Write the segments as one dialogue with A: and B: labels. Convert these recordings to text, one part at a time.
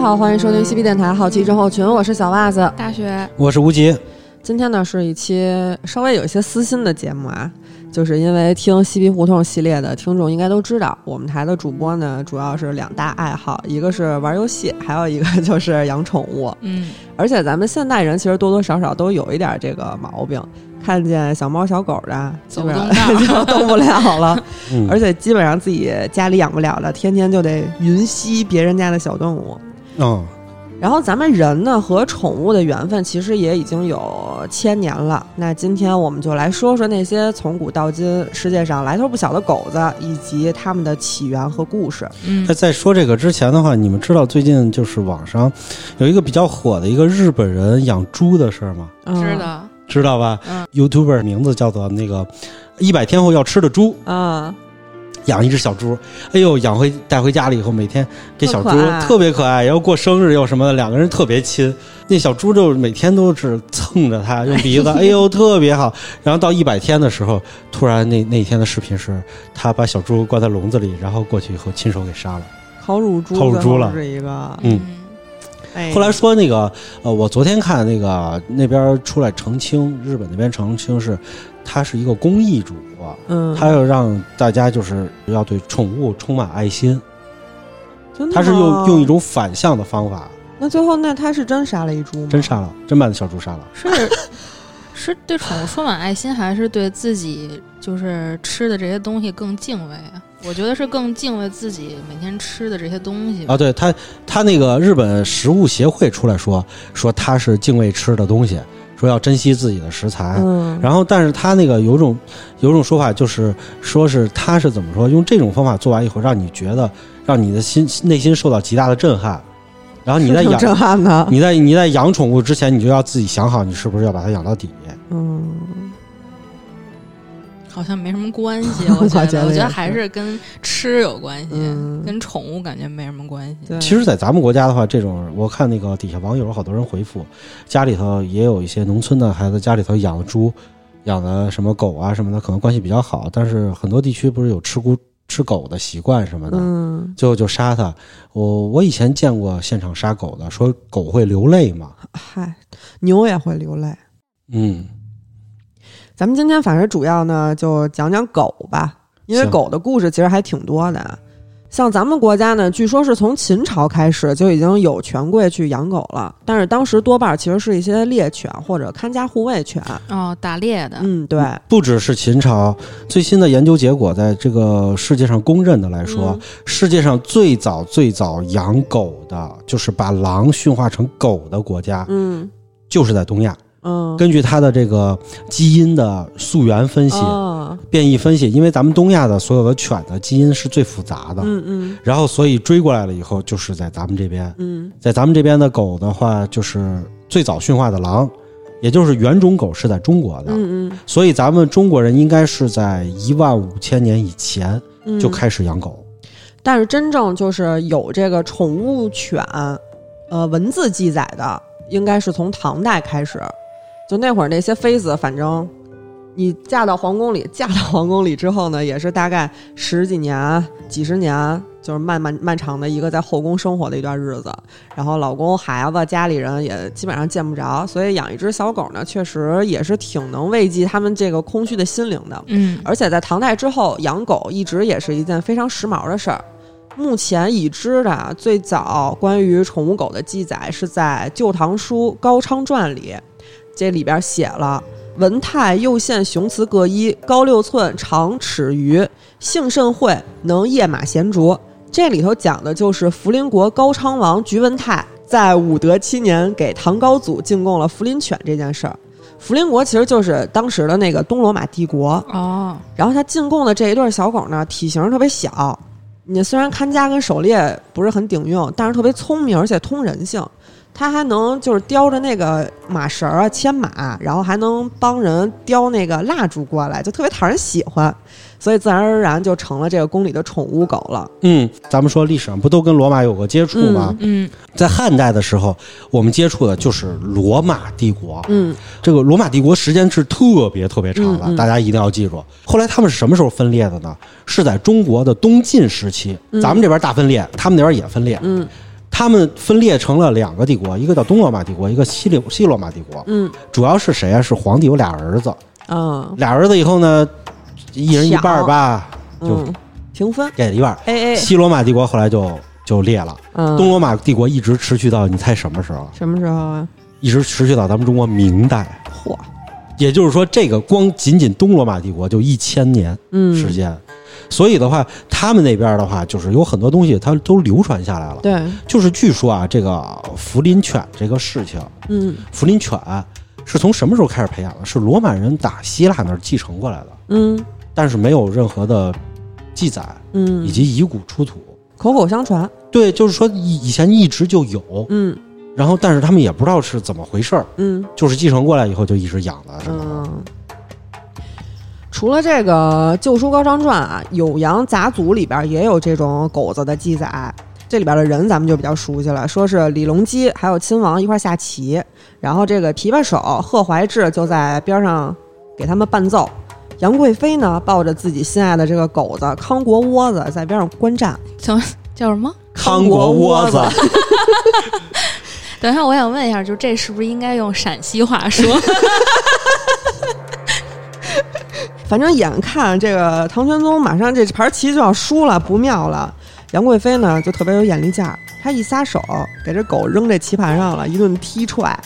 A: 好，欢迎收听西皮电台好奇症候群，我是小袜子。
B: 大学
C: 我是吴杰，
A: 今天呢是一期稍微有一些私心的节目啊，就是因为听西皮胡同系列的听众应该都知道，我们台的主播呢主要是两大爱好，一个是玩游戏，还有一个就是养宠物。
B: 嗯，
A: 而且咱们现代人其实多多少少都有一点这个毛病，看见小猫小狗的，基
B: 走
A: 本上
B: 动
A: 就动不了了。
C: 嗯，
A: 而且基本上自己家里养不了了，天天就得云吸别人家的小动物。
C: 嗯，
A: 然后咱们人呢和宠物的缘分其实也已经有千年了。那今天我们就来说说那些从古到今世界上来头不小的狗子，以及它们的起源和故事。
B: 嗯
C: 那，在说这个之前的话，你们知道最近就是网上有一个比较火的一个日本人养猪的事儿吗？
B: 知道，
C: 知道吧？
B: 嗯
C: YouTuber 名字叫做那个一百天后要吃的猪，
A: 啊，
C: 养一只小猪，哎呦，养回带回家了以后，每天给小猪
A: 特可爱
C: 特别可爱，然后过生日又什么的，两个人特别亲。那小猪就每天都是蹭着它，用 鼻子，哎呦，特别好。然后到一百天的时候，突然那那天的视频是他把小猪关在笼子里，然后过去以后亲手给杀了。
A: 烤乳猪，
C: 烤乳猪了
A: 是一个。
C: 嗯
A: 哎
C: 后来说那个，呃，我昨天看那个那边出来澄清，日本那边澄清是，他是一个公益主播，
A: 嗯，
C: 他要让大家就是要对宠物充满爱心，
A: 真的
C: 他是
A: 吗
C: 用用一种反向的方法，
A: 那最后那他是真杀了一猪吗？
C: 真杀了，真把那小猪杀了。
B: 是是对宠物充满爱心，还是对自己就是吃的这些东西更敬畏啊？我觉得是更敬畏自己每天吃的这些东西吧。
C: 啊，对他，他那个日本食物协会出来说，说他是敬畏吃的东西，说要珍惜自己的食材。
A: 嗯，
C: 哎然后，但是他那个有种有种说法，就是说是他是怎么说，用这种方法做完以后，让你觉得让你的心内心受到极大的震撼，然 后你在
A: 挺
C: 养
A: 震撼的。
C: 你在你在养宠物之前，你就要自己想好，你是不是要把它养到底。
A: 嗯，
B: 好像没什么关系，我觉
A: 我觉
B: 得，
A: 得
B: 我觉
A: 也
B: 得
A: 是
B: 还是跟吃有关系，
A: 嗯
B: 跟宠物感觉没什么关系。
A: 对，
C: 其实，在咱们国家的话，这种我看那个底下网友好多人回复，家里头也有一些农村的孩子，家里头养的猪、养的什么狗啊什么的，可能关系比较好。但是很多地区不是有吃猪、 吃狗的习惯什么的，
A: 嗯，
C: 最后就杀它。我我以前见过现场杀狗的，说狗会流泪嘛，
A: 嗨，牛也会流泪。
C: 嗯，
A: 咱们今天反正主要呢就讲讲狗吧，因为
C: 行
A: 狗的故事其实还挺多的。啊像咱们国家呢，据说是从秦朝开始就已经有权贵去养狗了，但是当时多半其实是一些猎犬或者看家护卫犬。
B: 哦，打猎的，
A: 嗯，对，
C: 不只是秦朝，最新的研究结果，在这个世界上公认的来说，
A: 嗯
C: 世界上最早最早养狗的，就是把狼驯化成狗的国家，
A: 嗯
C: 就是在东亚。
A: 嗯，
C: 根据它的这个基因的溯源分析、
A: 哦
C: 变异分析，因为咱们东亚的所有的犬的基因是最复杂的，
A: 嗯嗯
C: 然后所以追过来了以后，就是在咱们这边，
A: 嗯
C: 在咱们这边的狗的话，就是最早驯化的狼，也就是原种狗是在中国的，
A: 嗯嗯
C: 所以咱们中国人应该是在一万五千年以前
A: 嗯，
C: 就开始养狗。
A: 但是真正就是有这个宠物犬，呃，文字记载的，应该是从唐代开始。就那会儿那些妃子，反正你嫁到皇宫里，嫁到皇宫里之后呢，也是大概十几年、几十年，就是漫漫漫长的一个在后宫生活的一段日子。然后老公、孩子、家里人也基本上见不着，所以养一只小狗呢，确实也是挺能慰藉他们这个空虚的心灵的。
B: 嗯，
A: 而且在唐代之后，养狗一直也是一件非常时髦的事儿。目前已知的啊最早关于宠物狗的记载是在《旧唐书·高昌传》里，这里边写了：文泰右线雄雌各一，高六寸，长尺余，性甚会，能夜马衔啄。这里头讲的就是福林国高昌王菊文泰在武德七年给唐高祖进贡了福林犬这件事儿。福林国其实就是当时的那个东罗马帝国，
B: 哦，
A: 然后他进贡的这一对小狗呢，体型特别小，你虽然看家跟狩猎不是很顶用，但是特别聪明，而且通人性。它还能就是叼着那个马绳儿啊牵马，然后还能帮人叼那个蜡烛过来，就特别讨人喜欢，所以自然而然就成了这个宫里的宠物狗了。
C: 嗯，咱们说历史上不都跟罗马有过接触吗？
B: 嗯，
C: 在汉代的时候，我们接触的就是罗马帝国。
A: 嗯，
C: 这个罗马帝国时间是特别特别长的，
A: 嗯嗯
C: 大家一定要记住。后来他们是什么时候分裂的呢？是在中国的东晋时期，咱们这边大分裂，他们那边也分裂。
A: 嗯，
C: 他们分裂成了两个帝国，一个叫东罗马帝国，一个西里西罗马帝国。
A: 嗯
C: 主要是谁啊？是皇帝有俩儿子，
A: 嗯
C: 俩儿子以后呢，一人一半儿吧，就
A: 嗯，平分
C: 给了一半儿。
A: A A，
C: 西罗马帝国后来就就裂了，东
A: 嗯，
C: 罗马帝国一直持续到你猜什么时候？
A: 什么时候啊？
C: 一直持续到咱们中国明代。
A: 嚯，
C: 也就是说，这个光仅仅东罗马帝国就一千年
A: 嗯，
C: 时间，所以的话，他们那边的话，就是有很多东西它都流传下来了。
A: 对，
C: 就是据说啊，这个福林犬这个事情，
A: 嗯
C: 福林犬是从什么时候开始培养的？是罗马人打希腊那儿继承过来的，
A: 嗯
C: 但是没有任何的记载
A: 嗯，
C: 以及遗骨出土。
A: 口口相传，
C: 对，就是说以以前一直就有，
A: 嗯
C: 然后但是他们也不知道是怎么回事儿，
A: 嗯
C: 就是继承过来以后就一直养啊的。是吧
A: 嗯。除了这个《旧书高商传》啊，《酉阳杂俎》里边也有这种狗子的记载。这里边的人咱们就比较熟悉了，说是李隆基还有亲王一块下棋，然后这个琵琶手贺怀志就在边上给他们伴奏，杨贵妃呢抱着自己心爱的这个狗子康国窝子在边上观战。
B: 叫叫什么？
C: 康国窝子，
B: 等一下，我想问一下，就这是不是应该用陕西话说？
A: 反正眼看这个唐玄宗马上这盘棋就要输了，不妙了。杨贵妃呢就特别有眼力劲儿，她一撒手给这狗扔这棋盘上了，一顿踢踹，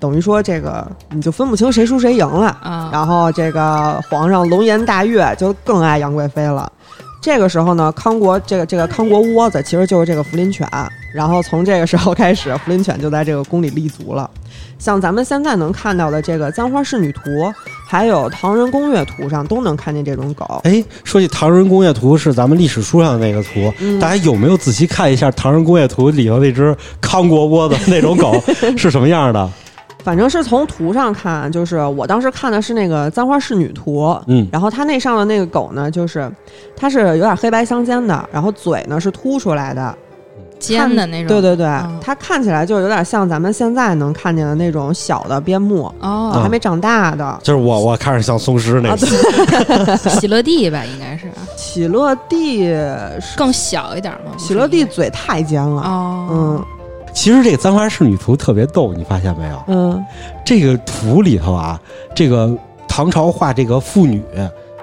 A: 等于说这个你就分不清谁输谁赢了。
B: 啊，
A: 然后这个皇上龙颜大悦，就更爱杨贵妃了。这个时候呢，康国这个这个康国窝子其实就是这个福林犬，然后从这个时候开始，福林犬就在这个宫里立足了。像咱们现在能看到的这个《簪花仕女图》，还有《唐人宫乐图》上都能看见这种狗。
C: 哎，说起《唐人工业图》是咱们历史书上那个图，
A: 嗯
C: 大家有没有仔细看一下《唐人工业图》里头那只康国窝的那 种狗是什么样的？
A: 反正是从图上看，就是我当时看的是那个《簪花仕女图》，
C: 嗯，
A: 然后它那上的那个狗呢，就是它是有点黑白相间的，然后嘴呢是凸出来的，
B: 尖的那种。
A: 对对对，
B: 嗯
A: 它看起来就有点像咱们现在能看见的那种小的边牧，
B: 哦，
A: 还没长大的。
C: 就是我我看着像松狮那
A: 啊，
C: 个，
A: 对，
B: 喜乐蒂吧，应该是
A: 喜乐蒂是，
B: 更小一点嘛。不是
A: 喜乐蒂
B: 应
A: 嘴太尖
B: 该
A: 了。
B: 哦，
C: 其实这个《簪花仕女图》特别逗，你发现没有？
A: 嗯
C: 这个图里头啊，这个唐朝画这个妇女。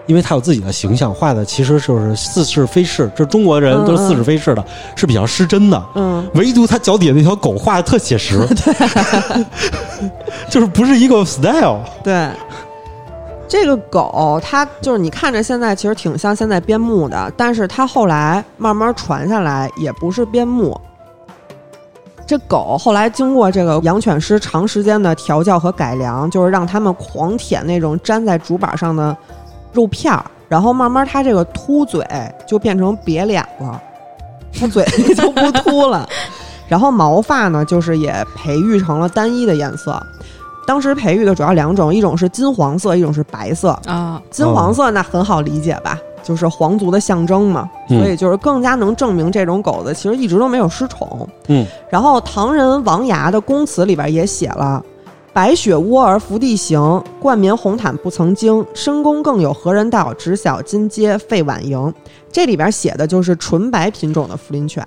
C: 因为她有自己的形象，画的其实就是似是非是，这中国人都是似是非是的，是比较失真的。
A: 嗯
C: 唯独他脚底下那条狗画的特 写实， 就是不是一个 style。
A: 嗯，对。这个狗，它就是你看着现在其实挺像现在边牧的，但是它后来慢慢传下来也不是边牧。这狗后来经过这个养犬师长时间的调教和改良，就是让它们狂舔那种粘在竹板上的肉片儿，然后慢慢它这个凸嘴就变成瘪脸了，它嘴就不凸了。然后毛发呢，就是也培育成了单一的颜色。当时培育的主要两种，一种是金黄色，一种是白色。
B: 啊，
A: 金
C: 哦
A: 黄色那很好理解吧，就是皇族的象征嘛，
C: 嗯
A: 所以就是更加能证明这种狗子其实一直都没有失宠。
C: 嗯，
A: 然后唐人王涯的宫词里边也写了。白雪窝儿伏地行，冠冕红毯不曾经。深宫更有何人到？只晓金阶费晚营。这里边写的就是纯白品种的福林犬。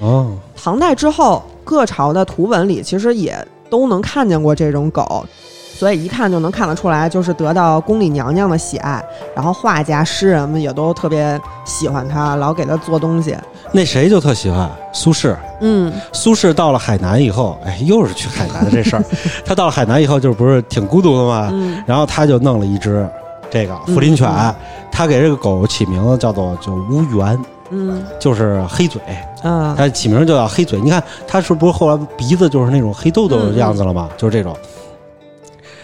C: 哦，
A: 唐代之后，各朝的图文里其实也都能看见过这种狗，所以一看就能看得出来，就是得到宫里娘娘的喜爱，然后画家、诗人们也都特别喜欢它，老给它做东西。
C: 那谁就特喜欢苏轼。
A: 嗯，
C: 苏轼到了海南以后，哎，又是去海南的 这事儿。他到了海南以后，就不是挺孤独的吗？
A: 嗯
C: 然后他就弄了一只这个福林犬，
A: 嗯
C: 他给这个狗起名字叫做就乌猿，
A: 嗯
C: 就是黑嘴，
A: 啊，
C: 他起名就叫黑嘴。你看他是不是后来鼻子就是那种黑豆豆
A: 嗯
C: 的样子了嘛？就是这种。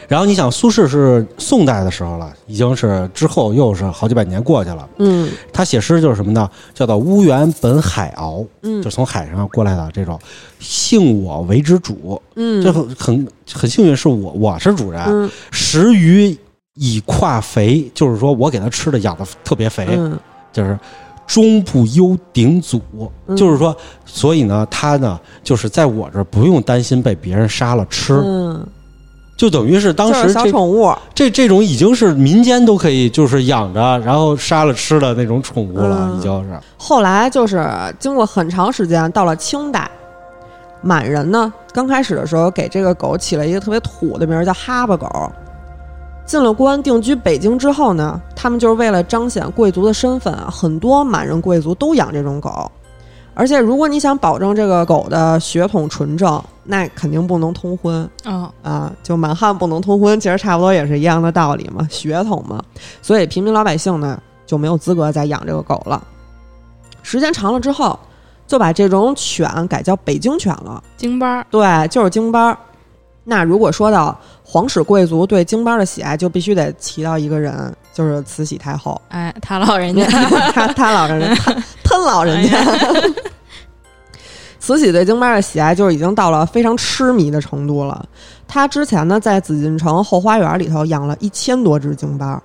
C: 然后你想，苏轼是宋代的时候了，已经是之后又是好几百年过去了。
A: 嗯
C: 他写诗就是什么呢？叫做“乌源本海鳌”，
A: 嗯
C: 就是从海上过来的这种“幸我为之主”，
A: 嗯
C: 这啊很很很幸运，是我我是主人。
A: 嗯
C: 食鱼以跨肥，就是说我给它吃的养的特别肥，
A: 嗯
C: 就是中不忧鼎祖，
A: 嗯
C: 就是说，所以呢，它呢就是在我这儿不用担心被别人杀了吃，
A: 嗯，
C: 就等于是当
A: 就是
C: 时
A: 小
C: 这
A: 宠物
C: 这这种已经是民间都可以就是养着，然后杀了吃的那种宠物了，
A: 嗯
C: 已经是。
A: 后来就是经过很长时间，到了清代，满人呢，刚开始的时候给这个狗起了一个特别土的名儿，叫哈巴狗。进了关，定居北京之后呢，他们就是为了彰显贵族的身份啊，很多满人贵族都养这种狗。而且，如果你想保证这个狗的血统纯正，那肯定不能通婚。
B: 哦，
A: 啊，就满汉不能通婚，其实差不多也是一样的道理嘛，血统嘛。所以平民老百姓呢就没有资格再养这个狗了。时间长了之后，就把这种犬改叫北京犬了，
B: 京班儿，
A: 对，就是京班儿。那如果说到皇室贵族对京班儿的喜爱，就必须得提到一个人，就是慈禧太后。
B: 哎，他老人家 哎
A: 他他老人家， 他他老人家。 慈禧对京班的喜爱就是已经到了非常痴迷的程度了。她之前呢，在紫禁城后花园里头养了一千多只京班，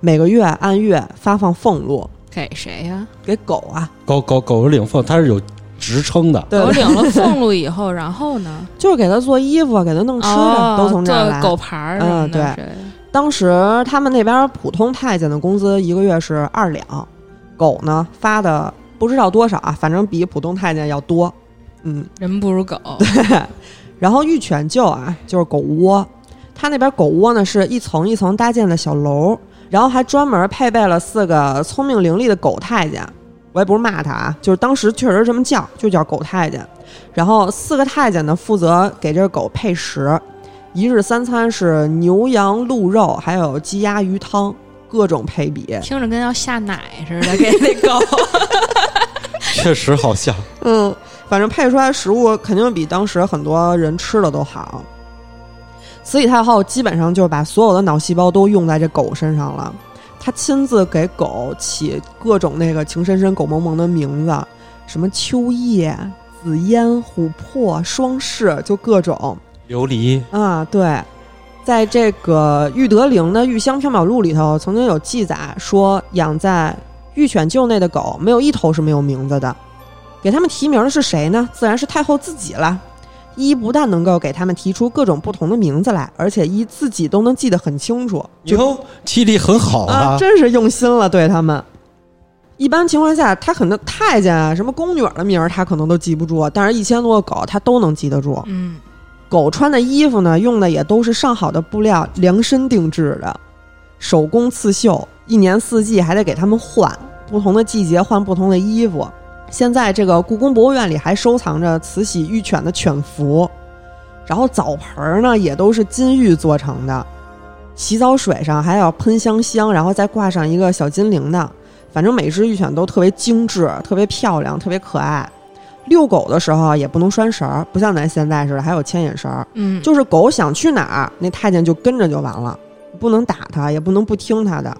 A: 每个月按月发放俸禄
B: 给谁呀、
A: 给狗啊。
C: 狗狗狗是领俸，它是有职 称的。
A: 对
B: 我，领了俸禄以后，然后呢？
A: 就是给它做衣服啊，给它弄吃的，
B: 哦，
A: 都从这儿来。
B: 做狗牌儿什么的
A: 嗯当时他们那边普通太监的工资一个月是二两，狗呢发的不知道多少啊，反正比普通太监要多。嗯，
B: 这人不 如狗，
A: 然后御犬厩啊，就是狗窝，它那边狗窝呢是一层一层搭建的小楼，然后还专门配备了四个聪明伶俐的狗太监。我也不是骂他啊，就是当时确实这么叫，就叫狗太监。然后四个太监呢，负责给这狗配食，一日三餐是牛羊鹿肉，还有鸡鸭鱼汤，各种配比。
B: 听着跟要下奶似的，给那 狗。
C: 确实好像
A: 嗯，反正配出来的食物肯定比当时很多人吃的都好。慈禧太后基本上就是把所有的脑细胞都用在这狗身上了，她亲自给狗起各种那个情深深、狗萌萌的名字，什么秋叶、紫烟、琥珀、双翅，就各种。
C: 琉璃
A: 啊，对，在这个玉德陵的《玉香缥缈录》里头，曾经有记载说，养在玉犬厩内的狗没有一头是没有名字的。给他们提名的是谁呢？自然是太后自己了。一不但能够给他们提出各种不同的名字来，而且一自己都能记得很清楚。
C: 哟，记忆力很好
A: 啊，
C: 啊。
A: 真是用心了，对他们。一般情况下，他可能太监啊、什么宫女儿的名儿，他可能都记不住，啊但是一千多个狗，他都能记得住。
B: 嗯，
A: 狗穿的衣服呢，用的也都是上好的布料，量身定制的，手工刺绣，一年四季还得给它们换，不同的季节换不同的衣服。现在这个故宫博物院里还收藏着慈禧御犬的犬服，然后澡盆儿呢也都是金玉做成的，洗澡水上还要喷香香，然后再挂上一个小金铃铛。反正每只御犬都特别精致，特别漂亮，特别可爱。遛狗的时候啊也不能拴绳儿，不像咱现在似的还有牵引绳儿，
B: 嗯，
A: 就是狗想去哪儿，那太监就跟着就完了，不能打它，也不能不听它的。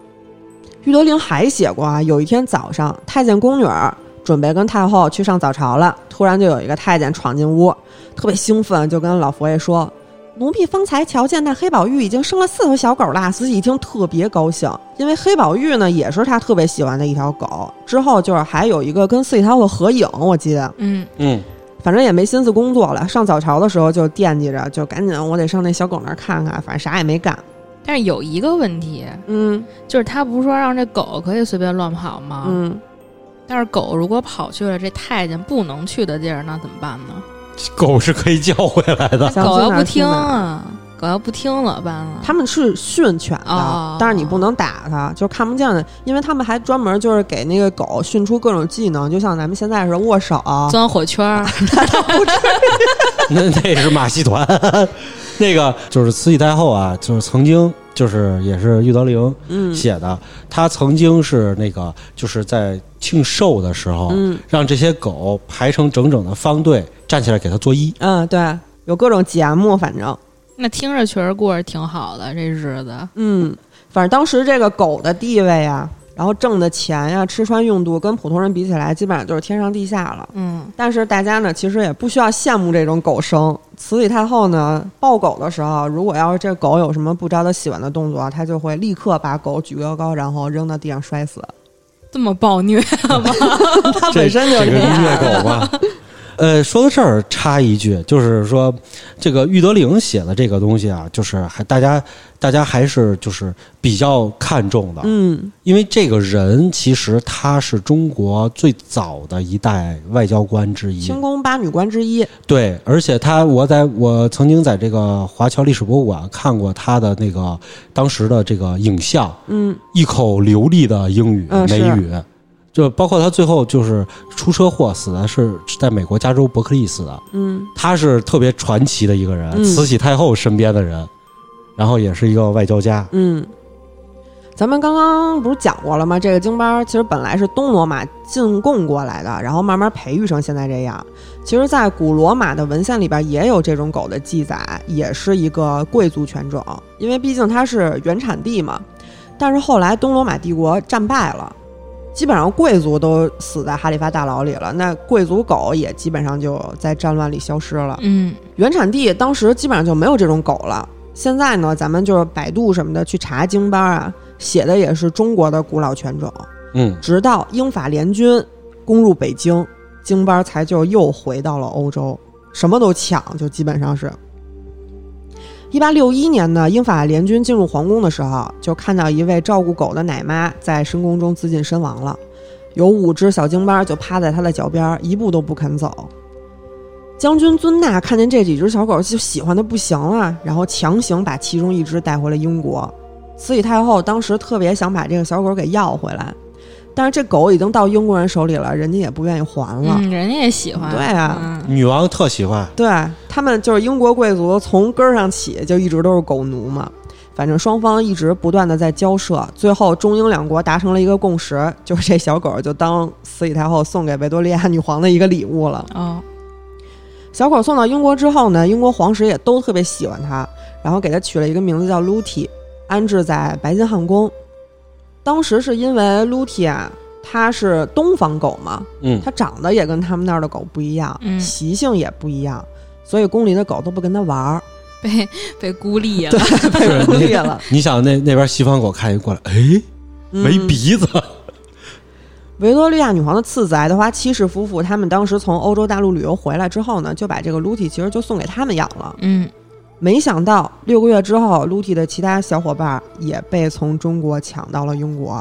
A: 玉德陵还写过啊，有一天早上，太监宫女儿准备跟太后去上早朝了，突然就有一个太监闯进屋，特别兴奋，就跟老佛爷说：“奴婢方才瞧见那黑宝玉已经生了四头小狗啦。”慈禧一听特别高兴，因为黑宝玉呢也是她特别喜欢的一条狗。之后就是还有一个跟四喜太后合影，我记得。
B: 嗯，
C: 嗯，
A: 反正也没心思工作了。上早朝的时候就惦记着，就赶紧我得上那小狗那儿看看，反正啥也没干。
B: 但是有一个问题，
A: 嗯
B: 就是他不是说让这狗可以随便乱跑吗？
A: 嗯，
B: 但是狗如果跑去了这太监不能去的地儿，那怎么办呢？
C: 狗是可以叫回来的。
A: 想
B: 狗
A: 去
B: 要
A: 哪
B: 不
A: 儿
B: 听
A: 去哪儿
B: 啊，狗要不听了，办了。
A: 他们是训犬的，
B: 哦
A: 但是你不能打它，就看不见的，因为他们还专门就是给那个狗训出各种技能，就像咱们现在是握手，
B: 钻火圈儿，
C: 那那是马戏团，那个就是慈禧太后啊，就是曾经就是也是玉德陵
A: 嗯
C: 写的，她曾经是那个就是在庆寿的时候，
A: 嗯
C: 让这些狗排成整整的方队站起来给它作揖。
A: 嗯，对，有各种节目，反正
B: 那听着确实过着挺好的，这日子。
A: 嗯，反正当时这个狗的地位啊，然后挣的钱呀、吃穿用度跟普通人比起来，基本上就是天上地下了。
B: 嗯，
A: 但是大家呢，其实也不需要羡慕这种狗生。慈禧太后呢，抱狗的时候，如果要是这狗有什么不招她喜欢的动作，她就会立刻把狗举高高，然后扔到地上摔死。
B: 这么暴虐吗？
A: 她本身就
C: 这
A: 这
C: 个
A: 样。
C: 虐狗吧，呃，说到这儿插一句，就是说这个玉德陵写的这个东西啊，就是还大家大家还是就是比较看重的，
A: 嗯
C: 因为这个人其实他是中国最早的一代外交官之一
A: 清，宫八女官之一，
C: 对，而且他我在我曾经在这个华侨历史博物馆看过他的那个当时的这个影像，
A: 嗯
C: 一口流利的英语、
A: 嗯
C: 美
A: 是
C: 语，就包括他最后就是出车祸死的是是在美国加州伯克利死的，
A: 嗯，
C: 他是特别传奇的一个人，
A: 嗯
C: 慈禧太后身边的人，然后也是一个外交家。
A: 嗯，咱们刚刚不是讲过了吗？这个京巴其实本来是东罗马进贡过来的，然后慢慢培育成现在这样。其实，在古罗马的文献里边也有这种狗的记载，也是一个贵族犬种，因为毕竟它是原产地嘛。但是后来东罗马帝国战败了，基本上贵族都死在哈利发大牢里了，那贵族狗也基本上就在战乱里消失了。
B: 嗯，
A: 原产地当时基本上就没有这种狗了。现在呢，咱们就是百度什么的去查京巴啊，写的也是中国的古老犬种。
C: 嗯，
A: 直到英法联军攻入北京，京巴才就又回到了欧洲，什么都抢，就基本上是。一八六一年呢，英法联军进入皇宫的时候，就看到一位照顾狗的奶妈在深宫中自尽身亡了，有五只小京巴就趴在她的脚边，一步都不肯走。将军尊纳看见这几只小狗就喜欢的不行了，然后强行把其中一只带回了英国。慈禧太后当时特别想把这个小狗给要回来，但是这狗已经到英国人手里了，人家也不愿意还了。
B: 嗯，人家也喜欢，
A: 对啊
B: 嗯
C: 女王特喜欢。
A: 对他们就是英国贵族，从根儿上起就一直都是狗奴嘛。反正双方一直不断的在交涉，最后中英两国达成了一个共识，就是这小狗就当慈禧太后送给维多利亚女皇的一个礼物了。
B: 哦，
A: 小狗送到英国之后呢，英国皇室也都特别喜欢它，然后给它取了一个名字叫 Luti，安置在白金汉宫。当时是因为 Luti 啊，它是东方狗嘛，
C: 嗯，
A: 它长得也跟他们那儿的狗不一样，
B: 嗯
A: 习性也不一样，所以宫里的狗都不跟它玩儿，
B: 被被孤立了，
A: 被孤立了。
C: 你想那那边西方狗看一过来，哎，
A: 嗯
C: 没鼻子，
A: 维多利亚女皇的次子爱德华七世夫妇，他们当时从欧洲大陆旅游回来之后呢，就把这个 Luti 其实就送给他们养了。
B: 嗯，
A: 没想到六个月之后，Luti 的其他小伙伴也被从中国抢到了英 国，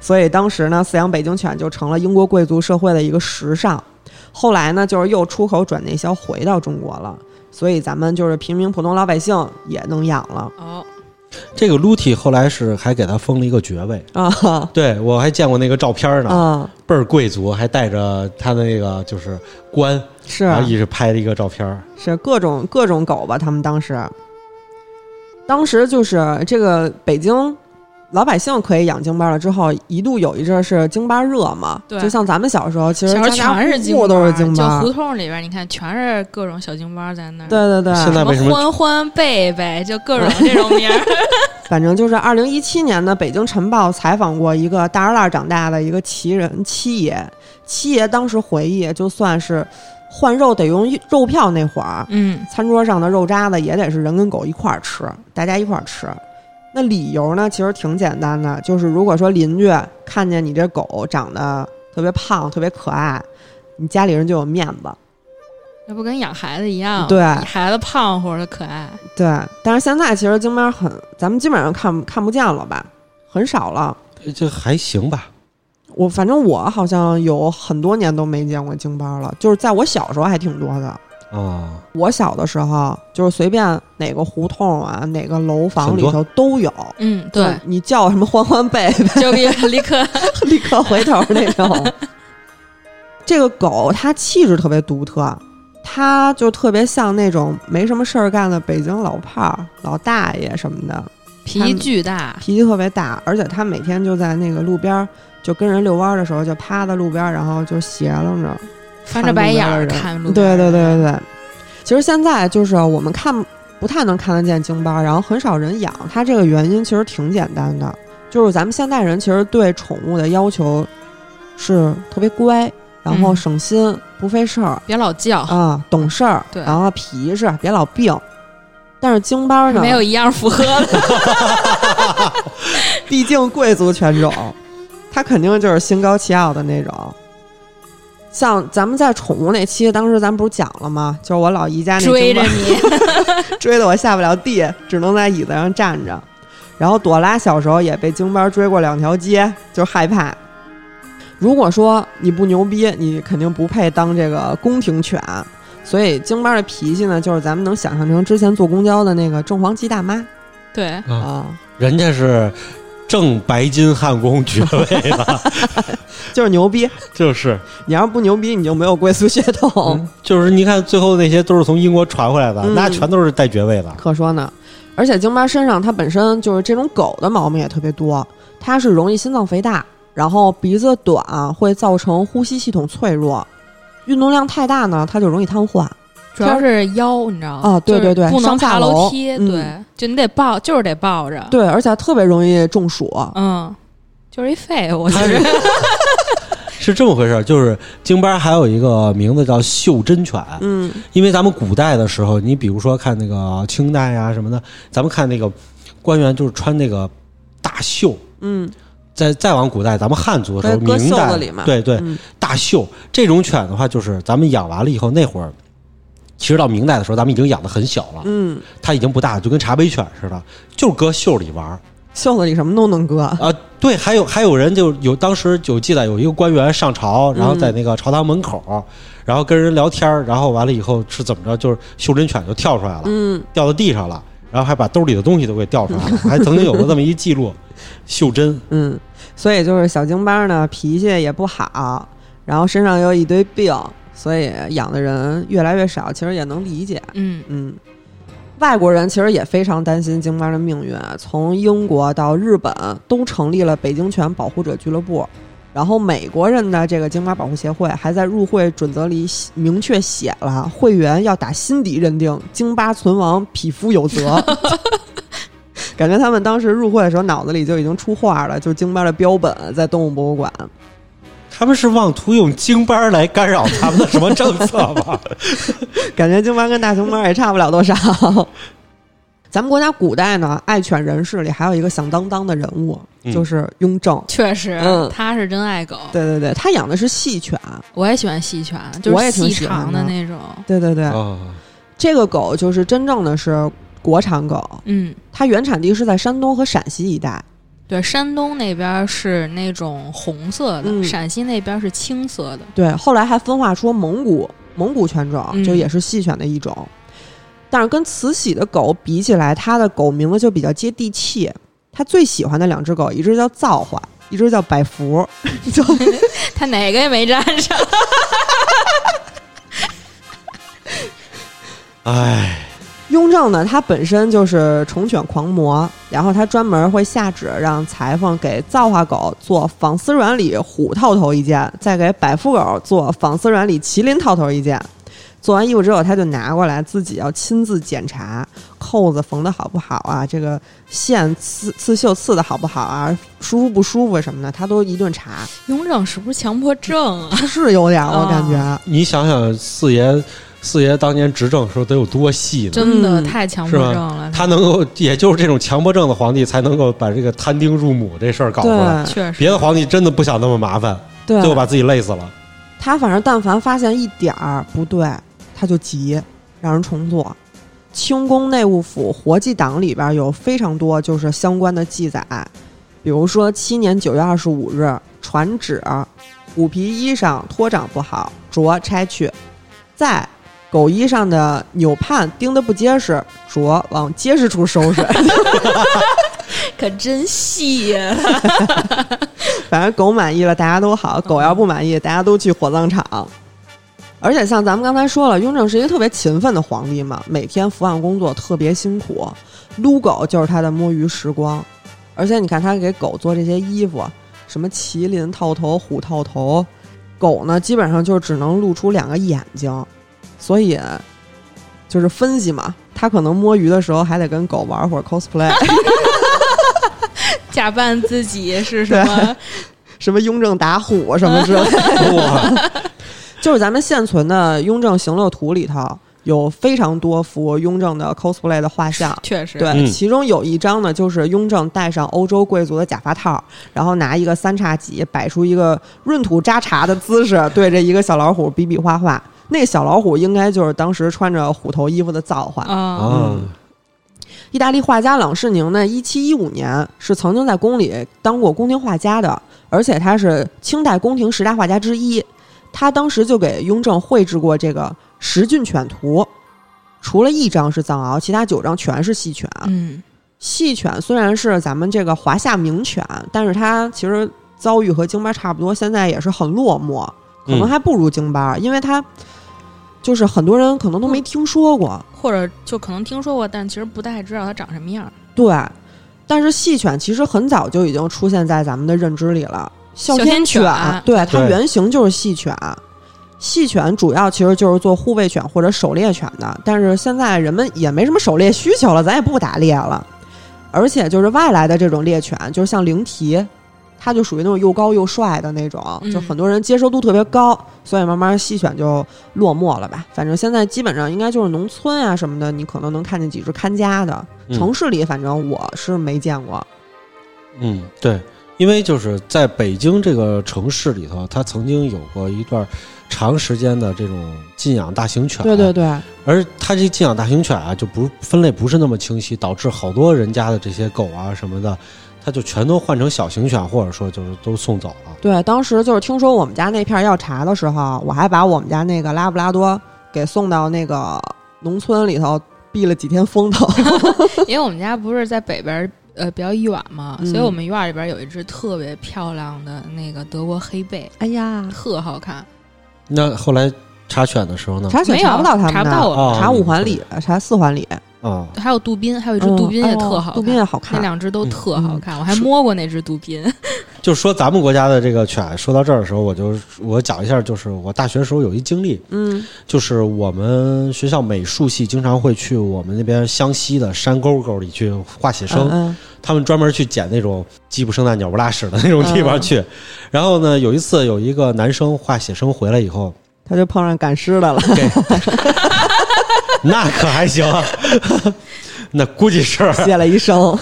A: 所以当时呢，饲养北京犬就成了英国贵族社会的一个时尚。后来呢，就是又出口转内销回到中国了，所以咱们就是平民普通老百姓也能养了
B: 哦，
C: 这个 Luti 后来是还给他封了一个爵位，
A: 啊
C: 对我还见过那个照片呢，
A: 啊，
C: 倍儿贵族，还带着他的那个就是官，
A: 是啊
C: 然后一直拍了一个照片儿。
A: 是各种各种狗吧，他们当时，当时就是这个北京老百姓可以养京巴了，之后一度有一阵儿是京巴热嘛，
B: 对
A: 就像咱们小时候，其实
B: 小时候
A: 家家
B: 全是
A: 户户
B: 巴
A: 都
B: 儿，
A: 是京
B: 就
A: 巴
B: 胡，同里边你看全是各种小京巴儿在那儿，
A: 对对对，啊
C: 现在为什
B: 什
C: 么
B: 么欢欢贝贝，就各种这种名儿，
A: 反正就是二零一七年呢，《北京晨报》采访过一个大栅栏长大的一个奇人七爷，七爷当时回忆，就算是换肉得用肉票那会儿，
B: 嗯，
A: 餐桌上的肉渣子也得是人跟狗一块儿吃，大家一块儿吃。那理由呢，其实挺简单的，就是如果说邻居看见你这狗长得特别胖、特别可爱，你家里人就有面子。
B: 那不跟养孩子一样，
A: 对
B: 孩子胖乎的可爱，
A: 对，但是现在其实京边很，咱们基本上看看不见了吧，很少了。
C: 这还行吧，
A: 我反正我好像有很多年都没见过京巴了，就是在我小时候还挺多的。
C: 啊、
A: 我小的时候就是随便哪个胡同啊、哪个楼房里
C: 很
A: 头都有。
B: 嗯，对，
A: 你叫什么欢欢贝贝，
B: 就比立刻，
A: 立刻回头那种。这个狗它气质特别独特，它就特别像那种没什么事儿干的北京老炮儿、老大爷什么的，
B: 脾气巨大，
A: 脾气特别大，而且它每天就在那个路边儿，就跟人遛弯儿的时候就趴在路边儿，然后就斜楞着。
B: 翻着白眼儿看
A: 看
B: 路
A: 路
B: 边
A: 边
B: 儿
A: 的人。对对对对对，其实现在就是我们看不太能看得见京巴，然后很少人养它，这个原因其实挺简单的，就是咱们现代人其实对宠物的要求是特别乖，然后
B: 嗯
A: 省心、不费事儿
B: 别老叫，
A: 啊，懂事儿，
B: 对
A: 然后皮实，别老病。但是京巴呢，
B: 没有一样符 合的。
A: 毕竟贵族犬种，它肯定就是心高气傲的那种。像咱们在宠物那期，当时咱们不是讲了吗？就是我老姨家那只
B: 追着
A: 猫，
B: 你，
A: 追得我下不了地，只能在椅子上站着。然后朵拉小时候也被京班追过两条街，就害怕。如果说你不牛逼，你肯定不配当这个宫廷犬。所以京班的脾气呢，就是咱们能想象成之前坐公交的那个正黄旗大妈
B: 对，
A: 啊、
C: 啊，人家是正白金汉宫爵 位了，
A: 就是牛逼。
C: 就是，
A: 你要是不牛逼，你就没有贵族血统。
C: 嗯就是你看最后那些都是从英国传回来的，
A: 哦嗯
C: 那全都是带爵位的。
A: 可说呢。而且京巴身上它本身就是这种狗的毛病也特别多，它是容易心脏肥大，然后鼻子短啊会造成呼吸系统脆弱，运动量太大呢，它就容易瘫痪。
B: 主要是哦腰，你知道吗？
A: 啊对对对
B: 就是不
A: 上
B: 能爬
A: 下楼
B: 楼梯，
A: 嗯
B: 对，就你得抱，就是得抱着，
A: 对，而且它特别容易中暑。
B: 嗯，就是一废物，就
C: 它
B: 是
C: 是这么回事儿，就是京巴还有一个名字叫袖珍犬，
A: 嗯
C: 因为咱们古代的时候，你比如说看那个清代啊什么的，咱们看那个官员就是穿那个大袖。
A: 嗯，
C: 再再往古代，咱们汉族的时候，
A: 对搁
C: 明
A: 袖
C: 代
A: 子里嘛
C: 对对，
A: 嗯
C: 大袖这种犬的话，就是咱们养完了以后，那会儿其实到明代的时候，咱们已经养的很小了，
A: 嗯，
C: 它已经不大，就跟茶杯犬似的，就是搁袖里玩儿。
A: 袖子里什么都能搁。
C: 啊，对，还有还有人就有当时有记载有一个官员上朝，然后在那个朝堂门口，然后跟人聊天儿，然后完了以后是怎么着，就是袖珍犬就跳出来了，
A: 嗯，
C: 掉到地上了，然后还把兜里的东西都给掉出来了，还曾经有过这么一记录。袖珍，
A: 嗯，所以就是小京巴呢，脾气也不好，然后身上又一堆病，所以养的人越来越少，其实也能理解。
B: 嗯，
A: 嗯，外国人其实也非常担心京巴的命运，啊从英国到日本都成立了北京犬保护者俱乐部。然后美国人的这个京巴保护协会还在入会准则里写明确写了，会员要打心底认定京巴存亡，匹夫有责。感觉他们当时入会的时候，脑子里就已经出画了，就是京巴的标本在动物博物馆。
C: 他们是妄图用京班儿来干扰咱们的什么政策吗？
A: 感觉京巴跟大熊猫也差不了多少。 咱们国家古代呢，爱犬人士里还有一个响当当的人物，
C: 嗯
A: 就是雍正。
B: 确实
A: 嗯，
B: 他是真爱狗，
A: 对对对，他养的是细犬。
B: 我也喜欢细犬，就
A: 我也
B: 是
A: 挺
B: 细
A: 喜欢
B: 长
A: 的
B: 的那种，
A: 对对对，
C: 啊，
A: 这个狗就是真正的是国产狗，
B: 嗯，
A: 它原产地是在山东和陕西一带。
B: 对，山东那边儿是那种红色的，
A: 嗯
B: 陕西那边儿是青色的。
A: 对，后来还分化出蒙古蒙古犬种，
B: 嗯
A: 就也是细犬的一种。但是跟慈禧的狗比起来，它的狗名字就比较接地气。它最喜欢的两只狗，一只叫造化，一只叫百福，就
B: 他哪个也没沾 上。
C: 哎，
A: 雍正呢，他本身就是宠犬狂魔，然后他专门会下旨让裁缝给造化狗做仿丝软里虎套头一件，再给百富狗做仿丝软里麒麟套头一件。做完衣服之后，他就拿过来自己要亲自检查扣子缝的好不好啊，这个线刺刺绣刺的好不好啊，舒服不舒服什么的，他都一顿查。
B: 雍正是不是强迫症啊？
A: 他是有点儿，我感觉。
C: 你想想四爷，四爷当年执政的时候得有多细呢？
B: 真的
A: 嗯
B: 太强迫症了，
C: 他能够，也就是这种强迫症的皇帝才能够把这个摊丁入母这事儿搞出来。
A: 对
B: 确实
C: 别的皇帝真的不想那么麻烦，
A: 对，
C: 最后把自己累死 了。
A: 他反正但凡发现一点儿不对，他就急，让人重做。清宫内务府活计档里边有非常多就是相关的记载，比如说七年九月二十五日传旨，虎皮衣裳脱掌不好，着拆去；在狗衣上的纽盼钉得不结实，着往结实处收拾。
B: 可真细呀、
A: 反正狗满意了，大家都好；狗要不满意，大家都去火葬场。而且像咱们刚才说了，雍正是一个特别勤奋的皇帝嘛，每天伏案工作特别辛苦，撸狗就是他的摸鱼时光。而且你看他给狗做这些衣服，什么麒麟套头、虎套头，狗呢基本上就只能露出两个眼睛，所以就是分析嘛，他可能摸鱼的时候还得跟狗玩会儿 cosplay，
B: 假扮自己是什么？
A: 什么雍正打虎什么之类的。
C: 哇，啊
A: 就是咱们现存的《雍正行乐图》里头，有非常多幅雍正的 cosplay 的画像。
B: 确实，
A: 对，
C: 嗯
A: 其中有一张呢，就是雍正戴上欧洲贵族的假发套，然后拿一个三叉戟，摆出一个闰土扎茶的姿势，对着一个小老虎比比划划。那个小老虎应该就是当时穿着虎头衣服的造化。
B: 啊，
C: 啊，
A: 嗯意大利画家朗世宁呢，一七一五年是曾经在宫里当过宫廷画家的，而且他是清代宫廷十大画家之一。他当时就给雍正绘制过这个《十骏犬图》，除了一张是藏獒，其他九张全是细犬。啊
B: 嗯，
A: 细犬虽然是咱们这个华夏名犬，但是它其实遭遇和京巴差不多，现在也是很落寞，可能
C: 嗯
A: 还不如京巴，因为它就是很多人可能都没听说过。
B: 或者就可能听说过，但其实不太知道它长什么样 儿。
A: 对，但是细犬其实很早就已经出现在咱们的认知里了。哮
B: 天
A: 犬，
B: 犬
A: 对它
C: 对
A: 原型就是细犬。细犬主要其实就是做护卫犬或者狩猎犬的，但是现在人们也没什么狩猎需求了，咱也不打猎了。而且就是外来的这种猎犬，就是像灵缇，它就属于那种又高又帅的那种，
B: 嗯
A: 就很多人接受度特别高，所以慢慢细犬就落寞了吧。反正现在基本上应该就是农村啊什么的，你可能能看见几只看家的，
C: 嗯
A: 城市里反正我是没见过。
C: 嗯，对，因为就是在北京这个城市里头，它曾经有过一段长时间的这种禁养大型犬，啊
A: 对对对，
C: 而它这禁养大型犬啊，就不分类不是那么清晰，导致好多人家的这些狗啊什么的，它就全都换成小型犬，或者说就是都送走了。
A: 对，当时就是听说我们家那片儿要查的时候，我还把我们家那个拉布拉多给送到那个农村里头避了几天风头。
B: 因为我们家不是在北边儿，呃，比较远嘛，
A: 嗯
B: 所以我们院儿里边儿有一只特别漂亮的那个德国黑背，
A: 哎呀，
B: 特好看。
C: 那后来查犬的时候呢？
A: 查选
B: 没有
A: 查不到他们
B: 查不
A: 那
B: 到
A: 儿
B: 我们
C: 哦
A: 查五环里，查四环里，
C: 啊，
B: 还有杜宾，还有一只
A: 嗯
B: 杜宾也
A: 哎呦
B: 特好看，
A: 杜宾也好
B: 那
A: 看。
B: 两只都
C: 嗯
B: 特好看，我还
C: 是
B: 摸过那只杜宾。
C: 就说咱们国家的这个犬，说到这儿的时候，我就我讲一下，就是我大学时候有一经历，
A: 嗯
C: 就是我们学校美术系经常会去我们那边湘西的山沟沟里去画写生，
A: 嗯嗯
C: 他们专门去捡那种鸡不生蛋、鸟不拉屎的那种地方去。然后呢，有一次有一个男生画写生回来以后，
A: 他就碰上赶尸 的了。
C: 给那可还行，啊那估计是。
A: 写了一生，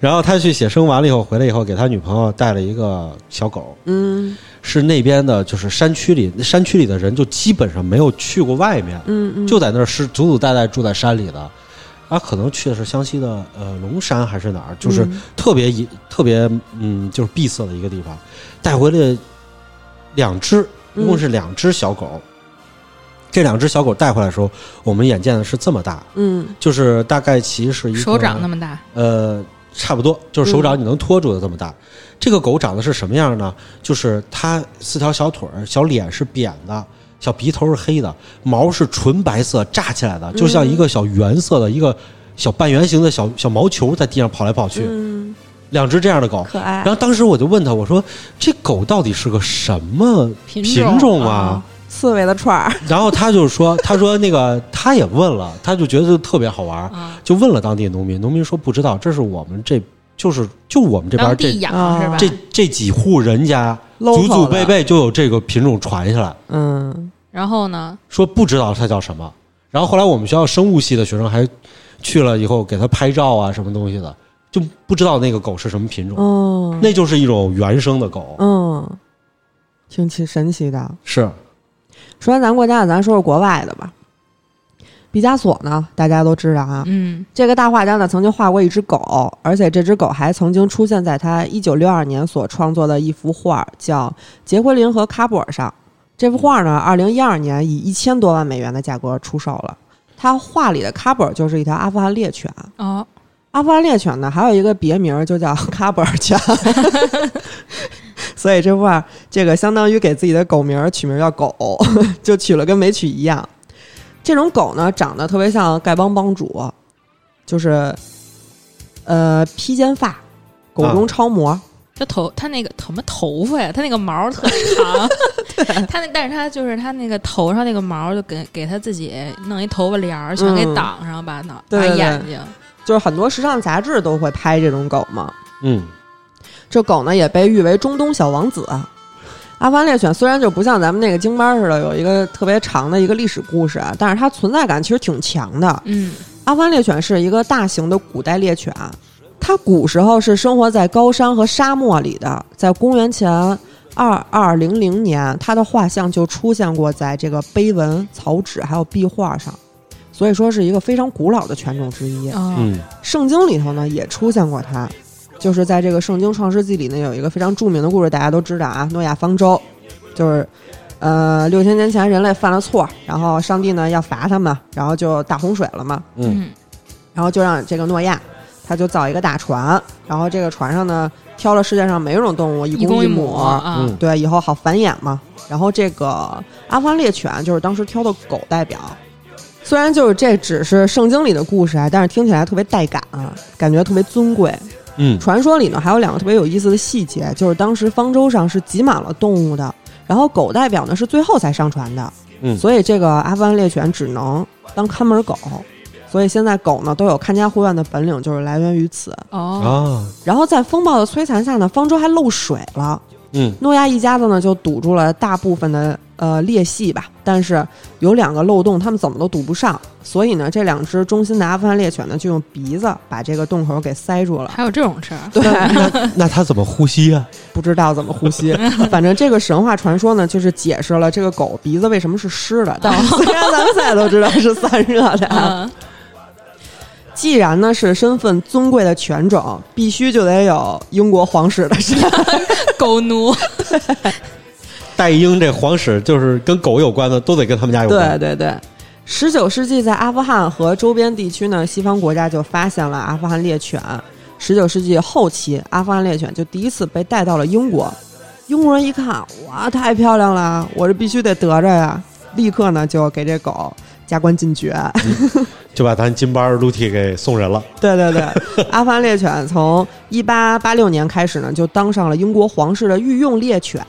C: 然后他去写生完了以后回来以后，给他女朋友带了一个小狗，
A: 嗯
C: 是那边的，就是山区里，山区里的人就基本上没有去过外面，
A: 嗯嗯，
C: 就在那儿是祖祖代代住在山里的。啊，可能去的是湘西的呃龙山还是哪儿，就是
A: 嗯
C: 特别一特别嗯，就是闭塞的一个地方，带回来两只，
B: 嗯
A: 嗯
C: 一共是两只小狗。这两只小狗带回来的时候，我们眼见的是这么大，
A: 嗯
C: 就是大概其是一个
B: 手掌那么大，
C: 呃，差不多就是手掌你能托住的这么大。这个狗长得是什么样呢？就是它四条小腿儿，小脸是扁的，小鼻头是黑的，毛是纯白色炸起来的，就像一个小原色的一个小半圆形的小小毛球在地上跑来跑去。
A: 嗯，
C: 两只这样的狗，
A: 可爱
C: 然后当时我就问他，我说这狗到底是个什么
B: 品
C: 品
B: 种
C: 种
A: 哦
C: 啊？
A: 刺猬的串儿，
C: 然后他就说，他说那个他也问了，他就觉得特别好玩儿
B: 啊，，啊
C: 就问了当地农民，农民说不知道，这是我们这就是就我们这边
B: 当
C: 这
B: 地养
A: 啊
B: 是吧？
C: 这这几户人家祖
A: local
C: 祖
A: 的
C: 辈，辈就有这个品种传下来，
A: 嗯
B: 然后呢？
C: 说不知道它叫什么。然后后来我们学校生物系的学生还去了以后给他拍照啊什么东西的，就不知道那个狗是什么品种，
A: 哦，
C: 那就是一种原生的狗，
A: 嗯，挺奇神奇的。
C: 是
A: 说完咱国家的，咱说说国外的吧。毕加索呢，大家都知道啊，
B: 嗯，
A: 这个大画家呢曾经画过一只狗，而且这只狗还曾经出现在他一九六二年所创作的一幅画，叫《杰奎琳和喀布尔》上。这幅画呢，二零一二年以一千多万美元的价格出售了。他画里的喀布尔就是一条阿富汗猎犬，啊
B: 哦，
A: 阿富汗猎犬呢，还有一个别名儿就叫 喀布尔犬，所以这块儿这个相当于给自己的狗名儿取名叫狗， 就取了跟没取一样。这种狗呢，长得特别像丐帮帮主，就是呃披肩发，狗中超模，
B: 这头它那个什么头发呀？它那个毛儿特 长，它那但是它就是它那个头上那个毛儿就给给它自己弄一头发帘儿，全给
A: 嗯
B: 挡上，把脑
A: 对
B: 把
A: 对对
B: 眼睛。
A: 就是很多时尚杂志都会拍这种狗嘛。
C: 嗯
A: 这狗呢也被誉为中东小王子。阿富汗猎犬虽然就不像咱们那个京巴似的有一个特别长的一个历史故事啊，但是它存在感其实挺强的。
B: 嗯
A: 阿富汗猎犬是一个大型的古代猎犬，它古时候是生活在高山和沙漠里的。在公元前二二零零年，它的画像就出现过在这个碑文、草纸还有壁画上，所以说是一个非常古老的犬种之一。啊
B: 哦
C: 嗯
A: 圣经里头呢也出现过它，就是在这个圣经创世纪里呢有一个非常著名的故事，大家都知道啊，诺亚方舟，就是呃六千年前人类犯了错，然后上帝呢要罚他们，然后就大洪水了嘛，
C: 嗯
A: 然后就让这个诺亚他就造一个大船，然后这个船上呢挑了世界上每种动物一
B: 一
A: 公
B: 公一
A: 母，
B: 母啊，
C: 嗯
A: 对，以后好繁衍嘛。然后这个阿富汗猎犬就是当时挑的狗代表，虽然就是这只是圣经里的故事啊，但是听起来特别带感啊，感觉特别尊贵。
C: 嗯
A: 传说里呢还有两个特别有意思的细节，就是当时方舟上是挤满了动物的，然后狗代表呢是最后才上船的，
C: 嗯
A: 所以这个阿富汗猎犬只能当看门狗。所以现在狗呢都有看家护院的本领，就是来源于此。
B: 哦，
C: 啊，
A: 然后在风暴的摧残下呢，方舟还漏水了，
C: 嗯
A: 诺亚一家子呢就堵住了大部分的呃裂隙吧，但是有两个漏洞，他们怎么都堵不上，所以呢，这两只忠心的阿富汗猎犬呢就用鼻子把这个洞口给塞住 了。
B: 还有这种事儿，
A: 对，
C: 那它怎么呼吸啊？
A: 不知道怎么呼吸。反正这个神话传说呢，就是解释了这个狗鼻子为什么是湿的。但是虽然咱们现在都知道是散热的啊，
B: 嗯
A: 既然呢是身份尊贵的犬种，必须就得有英国皇室的身份。
B: 狗奴，
C: 带鹰这皇室就是跟狗有关的，都得跟他们家有
A: 对
C: 关。
A: 对对。十九世纪，在阿富汗和周边地区呢，西方国家就发现了阿富汗猎犬。十九世纪后期，阿富汗猎犬就第一次被带到了英国。英国人一看，哇，太漂亮了，我这必须得得着呀！立刻呢，就给这狗加官进爵。
C: 就把咱金巴撸替给送人了。
A: 对对对， 阿富汗猎犬从一八八六年开始呢，就当上了英国皇室的御用猎犬。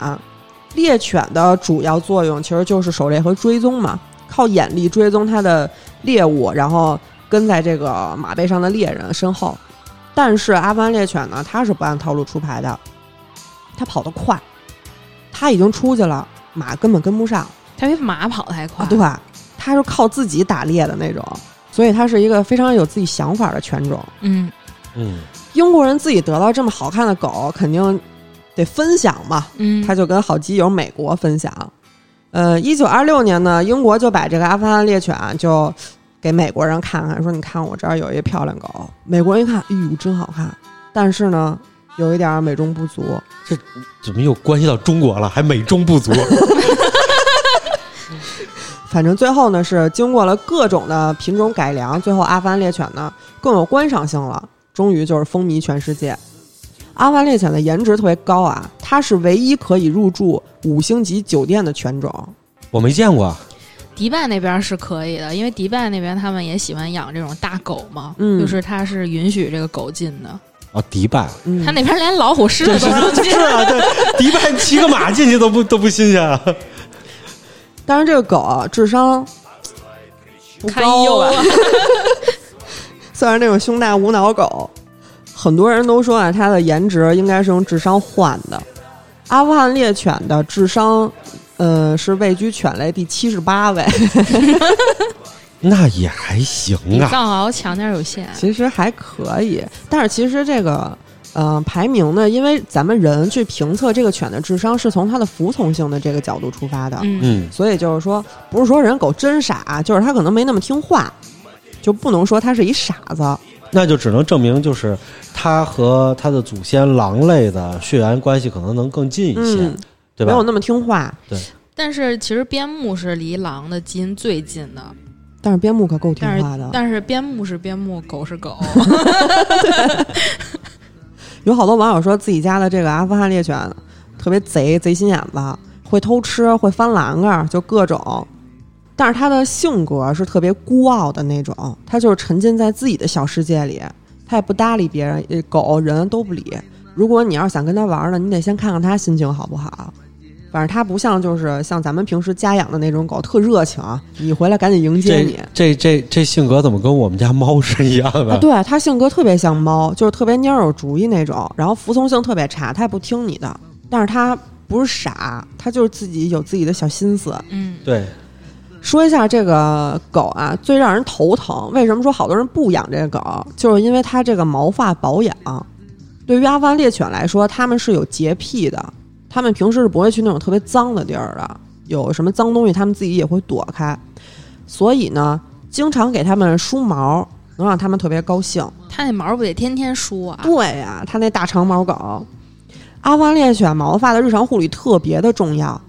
A: 猎犬的主要作用其实就是狩猎和追踪嘛，靠眼力追踪它的猎物，然后跟在这个马背上的猎人身后。但是阿富汗猎犬呢，它是不按套路出牌的，它跑得快，它已经出去了，马根本跟不上。
B: 他比马跑得还快
A: 啊，，对，它是靠自己打猎的那种，所以它是一个非常有自己想法的犬种。
B: 嗯，
C: 嗯
A: 英国人自己得到这么好看的狗，肯定得分享嘛，
B: 嗯，
A: 他就跟好基友美国分享。呃，一九二六年呢，英国就把这个阿富汗猎犬就给美国人看看，说你看我这儿有一漂亮狗。美国人一看，哎呦，真好看，但是呢，有一点儿美中不足。
C: 怎么又关系到中国了？还美中不 足？
A: 反正最后呢，是经过了各种的品种改良，最后阿富汗猎犬呢更有观赏性了，终于就是风靡全世界。阿富汗猎犬的颜值特别高啊，它是唯一可以入住五星级酒店的犬种。
C: 我没见过啊。
B: 迪拜那边是可以的，因为迪拜那边他们也喜欢养这种大狗嘛，
A: 嗯
B: 就是它是允许这个狗进的，
C: 哦，迪拜
A: 嗯，
B: 他那边连老虎、狮子
C: 这
B: 都能进
C: 是。啊，对，迪拜骑个马进去都不都不新鲜啊。
A: 但是这个狗啊智商不
B: 堪
A: 高
B: 忧
A: 啊
B: 啊，
A: 算是那种胸大无脑狗。很多人都说啊，它的颜值应该是用智商换的。阿富汗猎犬的智商，呃，是位居犬类第七十八位，
C: 那也还行
B: 比
C: 啊。
B: 藏獒强点儿有限，
A: 其实还可以。但是其实这个，呃，排名呢，因为咱们人去评测这个犬的智商，是从它的服从性的这个角度出发的。
B: 嗯，
C: 嗯，
A: 所以就是说，不是说人狗真傻，就是它可能没那么听话，就不能说它是一傻子。
C: 那就只能证明就是他和他的祖先狼类的血缘关系可能能更近一些，
A: 嗯，
C: 对
A: 没
C: 吧
A: 有？那么听话。
B: 但是其实边牧是离狼的基因最近的，
A: 但是边牧可够听
B: 但是
A: 话的，
B: 但是边牧是边牧，狗是狗，
A: 有好多网友说自己家的这个阿富汗猎犬特别贼，贼心眼子，会偷吃，会翻栏杆儿，就各种。但是它的性格是特别孤傲的那种，它就是沉浸在自己的小世界里，它也不搭理别人，呃狗人都不理。如果你要是想跟它玩儿呢，你得先看看它心情好不好。反正它不像就是像咱们平时家养的那种狗，特热情，你回来赶紧迎接
C: 这
A: 你。
C: 这这这性格怎么跟我们家猫是一样的？
A: 啊，对，它性格特别像猫，就是特别蔫儿有主意那种，然后服从性特别差，它也不听你的。但是它不是傻，它就是自己有自己的小心思。
B: 嗯，
C: 对，
A: 说一下这个狗啊，最让人头疼。为什么说好多人不养这个狗？就是因为它这个毛发保养。对于阿富汗猎犬来说，它们是有洁癖的，它们平时是不会去那种特别脏的地儿的，有什么脏东西它们自己也会躲开。所以呢，经常给它们梳毛，能让它们特别高兴。
B: 它那毛不得天天梳啊？
A: 对呀、它那大长毛狗，阿富汗猎犬毛发的日常护理特别的重要，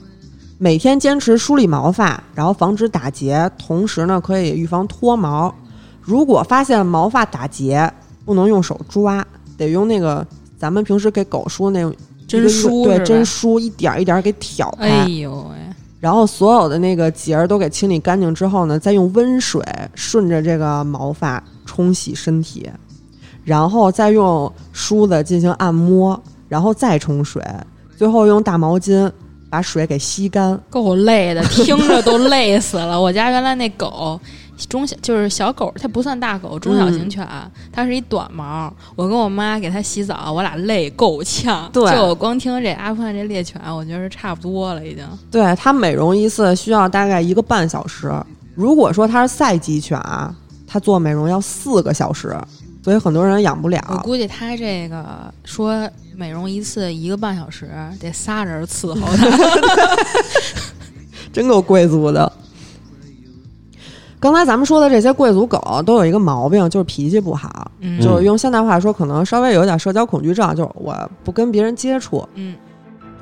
A: 每天坚持梳理毛发，然后防止打结，同时呢可以预防脱毛。如果发现毛发打结，不能用手抓，得用那个咱们平时给狗梳那种一
B: 真
A: 个一个
B: 梳
A: 对
B: 是，吧
A: 针梳一点儿一点儿给挑开。
B: 哎呦喂、
A: 然后所有的那个结儿都给清理干净之后呢，再用温水顺着这个毛发冲洗身体，然后再用梳子进行按摩，然后再冲水，最后用大毛巾把水给吸干。
B: 够累的，听着都累死了。我家原来那狗，中小就是小狗，它不算大狗，中小型犬，它是一短毛。我跟我妈给它洗澡，我俩累够呛。
A: 对
B: 就我光听这阿富汗这猎犬，我觉得是差不多了，已经。
A: 对，它美容一次需要大概一个半小时。如果说它是赛级犬啊，它做美容要四个小时，所以很多人养不了。
B: 我估计它这个说美容一次一个半小时，得仨人伺候 它。
A: 真够贵族的。刚才咱们说的这些贵族狗都有一个毛病，就是脾气不好，
B: 嗯，
A: 就是用现代话说，可能稍微有点社交恐惧症，就是我不跟别人接触。
B: 嗯，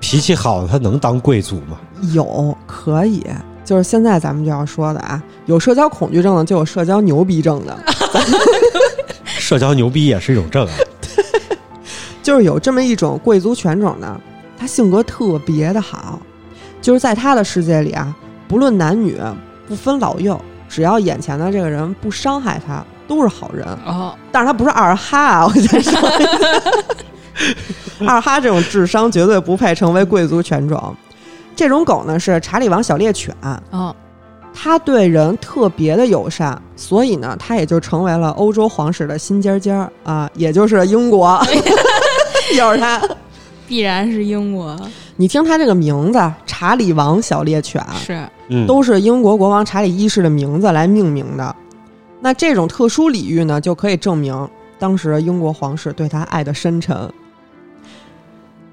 C: 脾气好的他能当贵族吗？
A: 有可以，就是现在咱们就要说的啊，有社交恐惧症的，就有社交牛逼症的，
C: 社交牛逼也是一种症啊。
A: 就是有这么一种贵族犬种呢，它性格特别的好，就是在它的世界里啊，不论男女，不分老幼，只要眼前的这个人不伤害它，都是好人。
B: 哦，
A: 但是他不是二哈啊，我先说一下， 二哈这种智商绝对不配成为贵族犬种。这种狗呢是查理王小猎犬，
B: 哦，
A: 它对人特别的友善，所以呢，它也就成为了欧洲皇室的新尖尖儿啊，也就是英国， 又是它。
B: 必然是英国，
A: 你听它这个名字，查理王小猎犬，
B: 是
C: 嗯，
A: 都是英国国王查理一世的名字来命名的。那这种特殊礼遇呢，就可以证明当时英国皇室对他爱的深沉。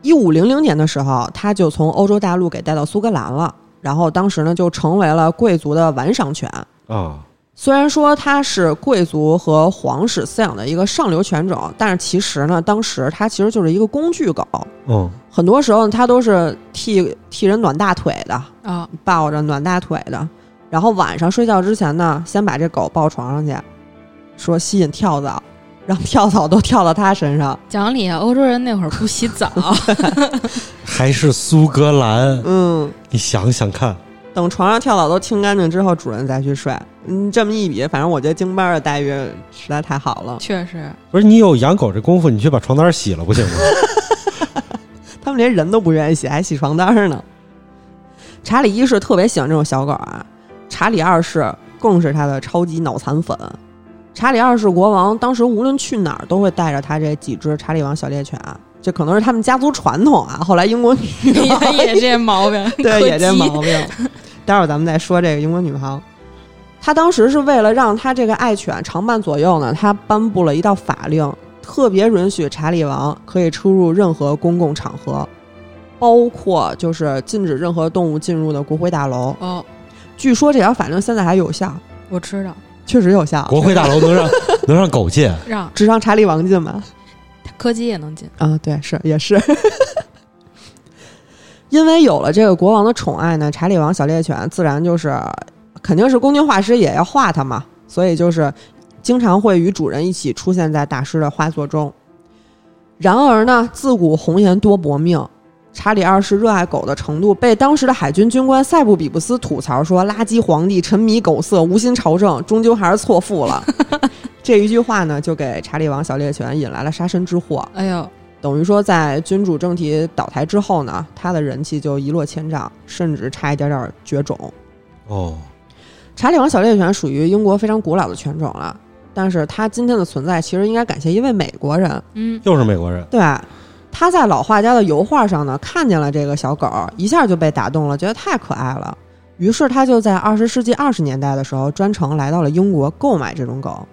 A: 一五零零年的时候，他就从欧洲大陆给带到苏格兰了，然后当时呢就成为了贵族的玩赏犬。
C: 啊，
A: 虽然说它是贵族和皇室饲养的一个上流犬种，但是其实呢，当时它其实就是一个工具狗，
C: 嗯，
A: 很多时候它都是替替人暖大腿的，
B: 哦，
A: 抱着暖大腿的。然后晚上睡觉之前呢，先把这狗抱床上去，说吸引跳蚤，让 跳蚤都跳到它身上。
B: 讲理啊，欧洲人那会儿不洗 澡，
C: 还是苏格兰，
A: 嗯，
C: 你想想看，
A: 等床上跳蚤都清干净之后，主人再去睡。嗯，这么一比，反正我觉得京班的待遇实在太好了。
B: 确实，
C: 不是你有养狗这功夫，你去把床单洗了不行吗？
A: 他们连人都不愿意洗，还洗床单呢。查理一世特别喜欢这种小狗啊，查理二世更是他的超级脑残粉。查理二世国王当时无论去哪儿都会带着他这几只查理王小猎犬，啊这可能是他们家族传统啊。后来英国女 王，
B: 也也这毛病
A: 对
B: 可
A: 也这
B: 急
A: 毛病，待会儿咱们再说这个英国女王。她当时是为了让她这个爱犬常伴左右呢，她颁布了一道法令，特别允许查理王可以出入任何公共场合，包括就是禁止任何动物进入的国会大楼。
B: 哦，
A: 据说这条法令现在还有效，
B: 我知道，
A: 确实有效，
C: 国会大楼能让能让狗进？
B: 让
A: 只让查理王进吗？
B: 柯基也能进。
A: 啊，对，是也是。因为有了这个国王的宠爱呢，查理王小猎犬自然就是肯定是宫廷画师也要画它嘛，所以就是经常会与主人一起出现在大师的画作中。然而呢，自古红颜多薄命，查理二世热爱狗的程度被当时的海军军官塞布比布斯吐槽说：“垃圾皇帝沉迷狗色，无心朝政，终究还是错付了。”这一句话呢，就给查理王小猎犬引来了杀身之祸。
B: 哎呦，
A: 等于说，在君主政体倒台之后呢，他的人气就一落千丈，甚至差一点点绝种。
C: 哦，
A: 查理王小猎犬属于英国非常古老的犬种了，但是它今天的存在其实应该感谢一位美国人，
B: 嗯，
C: 又是美国人，
A: 对吧？他在老画家的油画上呢，看见了这个小狗，一下就被打动了，觉得太可爱了。于是他就在二十世纪二十年代的时候，专程来到了英国购买这种狗。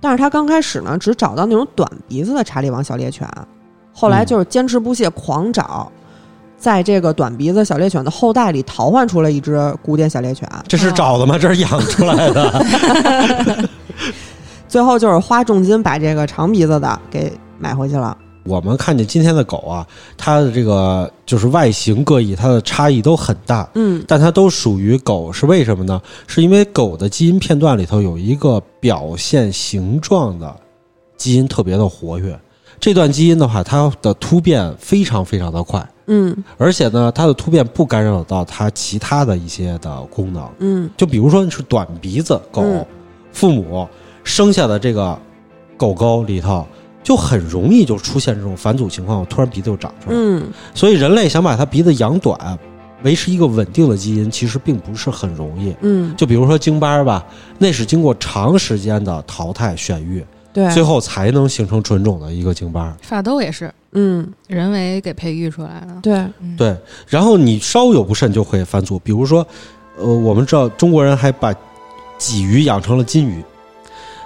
A: 但是他刚开始呢，只找到那种短鼻子的查理王小猎犬，后
C: 嗯
A: 来就是坚持不懈狂找，在这个短鼻子小猎犬的后代里淘换出了一只古典小猎犬。
C: 这是找的吗？这是养出来的。
A: 最后就是花重金把这个长鼻子的给买回去了。
C: 我们看见今天的狗啊，它的这个就是外形各异，它的差异都很大，
A: 嗯
C: 但它都属于狗，是为什么呢？是因为狗的基因片段里头有一个表现形状的基因特别的活跃，这段基因的话，它的突变非常非常的快，
A: 嗯
C: 而且呢，它的突变不干扰到它其他的一些的功能，
A: 嗯
C: 就比如说是短鼻子狗，
A: 嗯
C: 父母生下的这个狗狗里头。就很容易就出现这种返祖情况，突然鼻子就长出来了。
A: 嗯
C: 所以人类想把它鼻子养短，维持一个稳定的基因，其实并不是很容易。
A: 嗯，
C: 就比如说京巴儿吧，那是经过长时间的淘汰选育，
A: 对，
C: 最后才能形成纯种的一个京巴儿。
B: 法斗也是
A: 嗯
B: 人为给培育出来的。
A: 对，
B: 嗯，
C: 对，然后你稍有不慎就会翻组。比如说，呃，我们知道中国人还把鲫鱼养成了金鱼。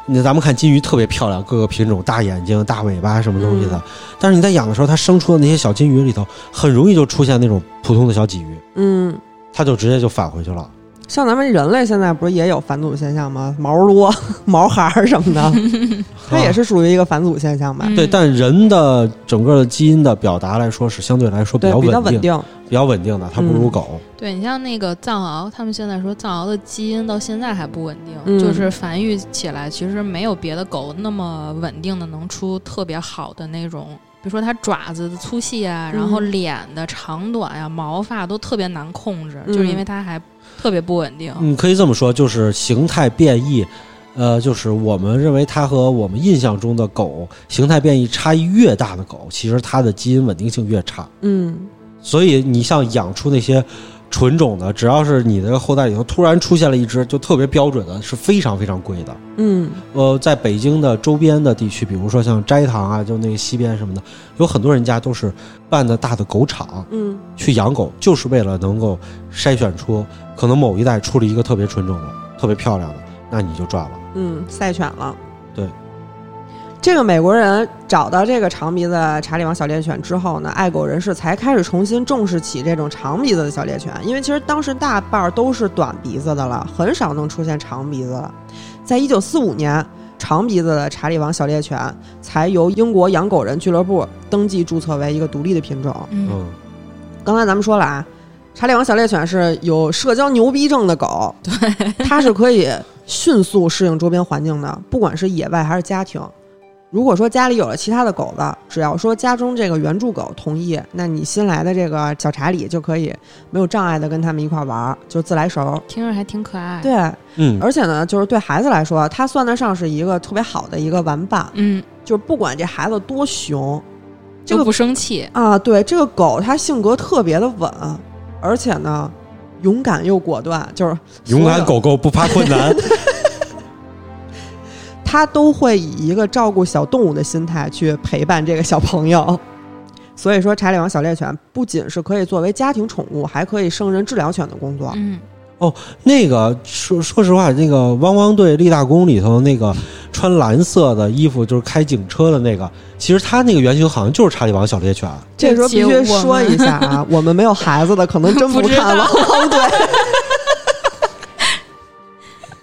C: 那咱们看金鱼特别漂亮，各个品种，大眼睛、大尾巴什么东西的。
A: 嗯
C: 但是你在养的时候，它生出的那些小金鱼里头，很容易就出现那种普通的小鲫鱼，
A: 嗯。
C: 它就直接就返回去了。
A: 像咱们人类现在不是也有返祖现象吗？毛多、 毛孩儿什么的，它也
C: 啊
A: 是属于一个返祖现象吧？
B: 嗯
C: 对，但人的整个的基因的表达来说是相对来说比
A: 对
C: 较，
A: 比较
C: 稳
A: 稳定。嗯
C: 比较稳定的，它不如狗。
B: 对你像那个藏獒，他们现在说藏獒的基因到现在还不稳定，
A: 嗯
B: 就是繁育起来其实没有别的狗那么稳定的能出特别好的那种。比如说它爪子的粗细啊，然后
A: 嗯
B: 脸的长短呀、啊毛发都特别难控制，
A: 嗯
B: 就是因为它还特别不稳定。
C: 你嗯可以这么说，就是形态变异，呃，就是我们认为它和我们印象中的狗形态变异差异越大的狗，其实它的基因稳定性越差。
A: 嗯
C: 所以你像养出那些纯种的，只要是你的后代里头突然出现了一只就特别标准的，是非常非常贵的。
A: 嗯
C: 呃，在北京的周边的地区，比如说像斋堂啊，就那个西边什么的，有很多人家都是办的大的狗场
A: 嗯
C: 去养狗，就是为了能够筛选出可能某一代出了一个特别纯种的、特别漂亮的，那你就赚了。
A: 嗯，赛犬了。
C: 对，
A: 这个美国人找到这个长鼻子查理王小猎犬之后呢，爱狗人士才开始重新重视起这种长鼻子的小猎犬，因为其实当时大半儿都是短鼻子的了，很少能出现长鼻子了。在一九四五年，长鼻子的查理王小猎犬才由英国养狗人俱乐部登记注册为一个独立的品种。
B: 嗯，
C: 嗯，
A: 刚才咱们说了啊，查理王小猎犬是有社交牛逼症的狗，对，它是可以迅速适应周边环境的，不管是野外还是家庭。如果说家里有了其他的狗了，只要说家中这个原住狗同意，那你新来的这个小查理就可以没有障碍的跟他们一块玩儿，就自来熟儿。
B: 听着还挺可爱。，
A: 对，
C: 嗯，
A: 而且呢，就是对孩子来说，它算得上是一个特别好的一个玩伴，
B: 嗯，
A: 就是不管这孩子多熊，这
B: 就
A: 个
B: 不生气。
A: 啊，对，这个狗它性格特别的稳，而且呢，勇敢又果断，就是
C: 勇
A: 所
C: 敢
A: 有
C: 狗狗不怕困难。
A: 它都会以一个照顾小动物的心态去陪伴这个小朋友。所以说，查理王小猎犬不仅是可以作为家庭宠物，还可以胜任治疗犬的工作。
B: 嗯，
C: 那个说说实话，那个汪汪队立大功里头那个穿蓝色的衣服就是开警车的那个，其实它那个原型好像就是查理王小猎犬。
A: 这时候必须
B: 这集我
A: 说一下啊，我们没有孩子的可能真
B: 不知
A: 看
B: 道
A: 汪汪队。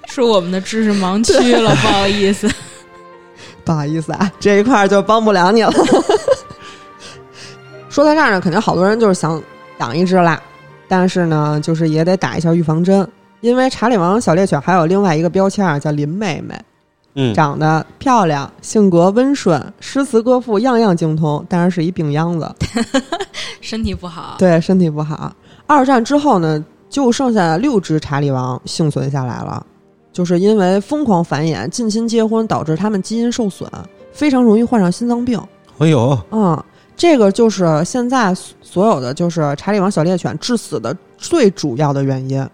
B: 是我们的知识盲 区了，不好意思。
A: 不好意思啊，这一块儿就帮不了你了。 说到这儿呢，肯定好多人就是想养一只啦，但是呢，就是也得打一下预防针，因为查理王小猎犬还有另外一个标签儿啊叫林妹妹，
C: 嗯，
A: 长得漂亮，性格温顺，诗词歌赋样样精通，但是是一病秧子，
B: 身体不好，
A: 对身体不好。二战之后呢，就剩下六只查理王幸存下来了，就是因为疯狂繁衍、近亲结婚导致它们基因受损，非常容易患上心脏病。
C: 哎呦，
A: 嗯，这个就是现在所所有的就是查理王小猎犬致死的最主要的原因。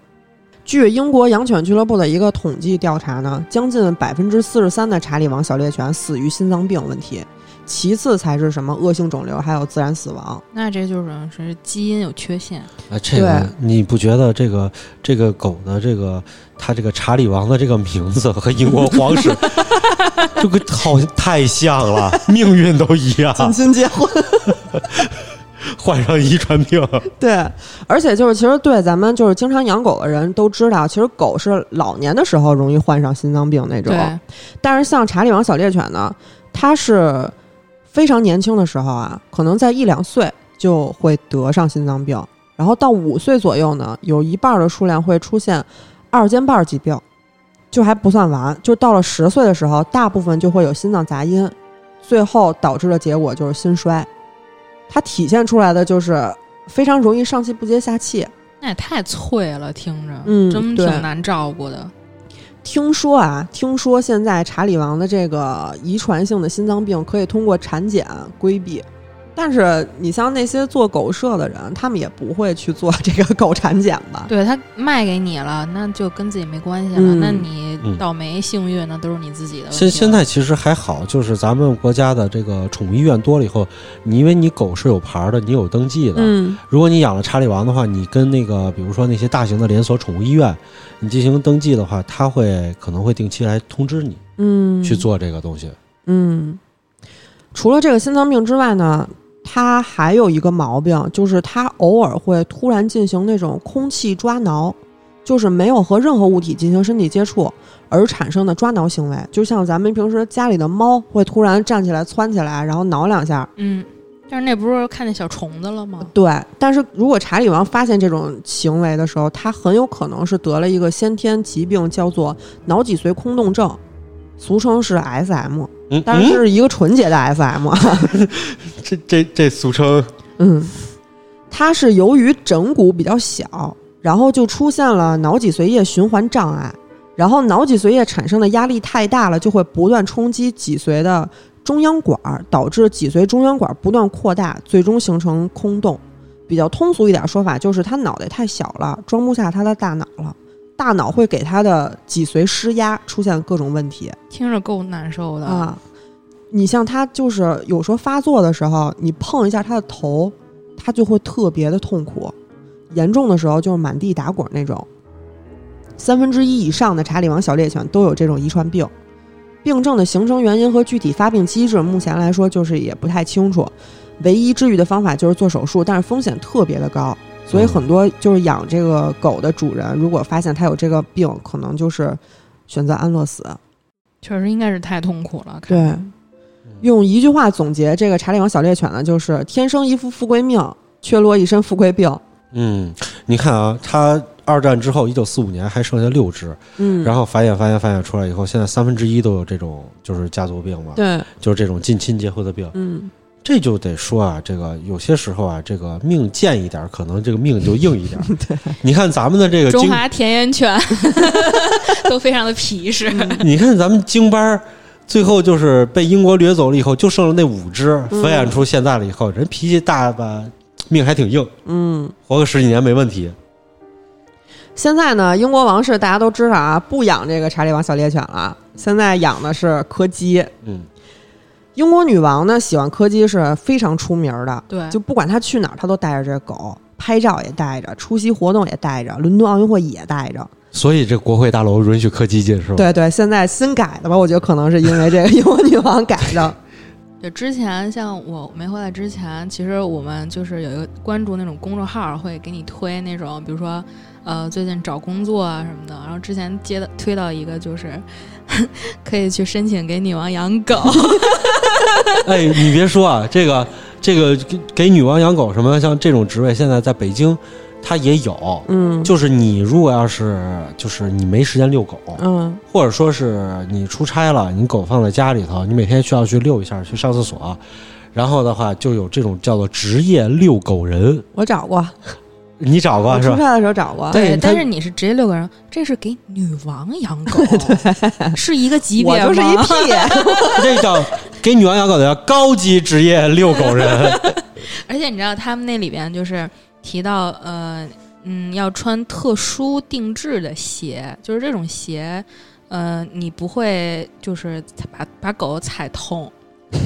A: 据英国养犬俱乐部的一个统计调查呢，将近百分之四十三的查理王小猎犬死于心脏病问题，其次才是什么恶性肿瘤，还有自然死亡。
B: 那这就是是基因有缺陷，
C: 啊，这个你不觉得这个这个狗的这个它这个查理王的这个名字和 英国皇室这个好太像了，命运都一样，
A: 亲结婚。
C: 患上遗传病。
A: 对，而且就是其实对咱们就是经常养狗的人都知道，其实狗是老年的时候容易患上心脏病那种。
B: 对，
A: 但是像查理王小猎犬呢，它是非常年轻的时候啊，可能在一两岁就会得上心脏病，然后到五岁左右呢，有一半的数量会出现二尖瓣疾病，就还不算完，就到了十岁的时候，大部分就会有心脏杂音，最后导致的结果就是心衰。它体现出来的就是非常容易上气不接下气，
B: 那也太脆了，听着，
A: 嗯
B: 真挺
A: 对
B: 难照顾的。
A: 听说啊，听说现在查理王的这个遗传性的心脏病可以通过产检规避，但是你像那些做狗舍的人，他们也不会去做这个狗产检吧？
B: 对他卖给你了，那就跟自己没关系了。
A: 嗯
B: 那你
C: 嗯
B: 倒霉、幸运，那都是你自己的问题
C: 现
B: 了。
C: 现在其实还好，就是咱们国家的这个宠物医院多了以后，你因为你狗是有牌儿的，你有登记的。
A: 嗯，
C: 如果你养了查理王的话，你跟那个比如说那些大型的连锁宠物医院，你进行登记的话，他会可能会定期来通知你
A: 嗯
C: 去做这个东西。
A: 嗯，除了这个心脏病之外呢，它还有一个毛病，就是它偶尔会突然进行那种空气抓挠，就是没有和任何物体进行身体接触而产生的抓挠行为，就像咱们平时家里的猫会突然站起来窜起来，然后挠两下。
B: 嗯，但是那不是看见小虫子了吗？
A: 对，但是如果查理王发现这种行为的时候，它很有可能是得了一个先天疾病，叫做脑脊髓空洞症，俗称是 SM，
C: 嗯，
A: 但是是一个纯洁的 SM。
C: 这这这俗称
A: 嗯，它是由于枕骨比较小，然后就出现了脑脊髓液循环障碍，然后脑脊髓液产生的压力太大了，就会不断冲击脊髓的中央管儿，导致脊髓中央管儿不断扩大，最终形成空洞。比较通俗一点说法就是，他脑袋太小了，装不下他的大脑了，大脑会给他的脊髓施压，出现各种问题。
B: 听着够难受的。
A: 啊。你像他就是有时候发作的时候，你碰一下他的头，他就会特别的痛苦，严重的时候就是满地打滚那种。三分之一以上的查理王小猎犬都有这种遗传病，病症的形成原因和具体发病机制，目前来说就是也不太清楚。唯一治愈的方法就是做手术，但是风险特别的高，所以
C: 嗯
A: 很多就是养这个狗的主人，如果发现它有这个病，可能就是选择安乐死。
B: 确实应该是太痛苦了。看
A: 对，用一句话总结这个查理王小猎犬呢，就是天生一副富贵命，却落一身富贵病。
C: 嗯，你看啊，它二战之后，一九四五年还剩下六只，
A: 嗯
C: 然
A: 后
C: 后繁衍繁衍繁衍出来以后，现在三分之一都有这种就是家族病嘛，
A: 嗯对，
C: 就是这种近亲结合的病。
A: 嗯，
C: 这就得说啊，这个有些时候啊，这个命贱一点，可能这个命就硬一点。
A: 对，
C: 你看咱们的这个
B: 中
C: 京，
B: 华田园犬 都非常的皮实，
C: 你看咱们京班儿，最后就是被英国掠走了以后，就剩了那五只，
A: 嗯
C: 繁衍出现在了以后，人脾气大吧，命还挺硬，
A: 嗯。
C: 活个十几年没问题。
A: 现在呢，英国王室大家都知道啊，不养这个查理王小猎犬了，现在养的是柯基。
C: 嗯，
A: 英国女王呢喜欢柯基是非常出名儿的，
B: 对，
A: 就不管她去哪儿，她都带着这狗，拍照也带着，出席活动也带着，伦敦奥运会也带着。
C: 所以这国会大楼允许柯基进是吧？
A: 对对，现在新改的吧，我觉得可能是因为这个英 国女王改的。
B: 就之前像我没回来之前，其实我们就是有一个关注那种公众号，会给你推那种，比如说，呃，最近找工作啊什么的。然后之前接的推到一个就是， 可以去申请给女王养狗，
C: 哎，你别说啊，这个这个给给女王养狗什么，像这种职位，现在在北京它也有。
A: 嗯
C: 就是你如果要是就是你没时间遛狗，
A: 嗯
C: 或者说是你出差了，你狗放在家里头，你每天需要去遛一下，去上厕所，然后的话就有这种叫做职业遛狗人，，
A: 我找过，
C: 你找
A: 我
C: 过
A: 出
C: 是吧？
A: 差的时候找过。
C: 对他
B: 但是你是直接六个人，这是给女王 养狗，是一个级别
A: 我
B: 吗？
A: 就是一 屁，
C: 这叫给女王养狗的叫高级职业遛狗人。
B: 而且你知道他们那里边就是提到呃嗯，要穿特殊定制的鞋，就是这种鞋，呃，你不会就是把把狗踩痛，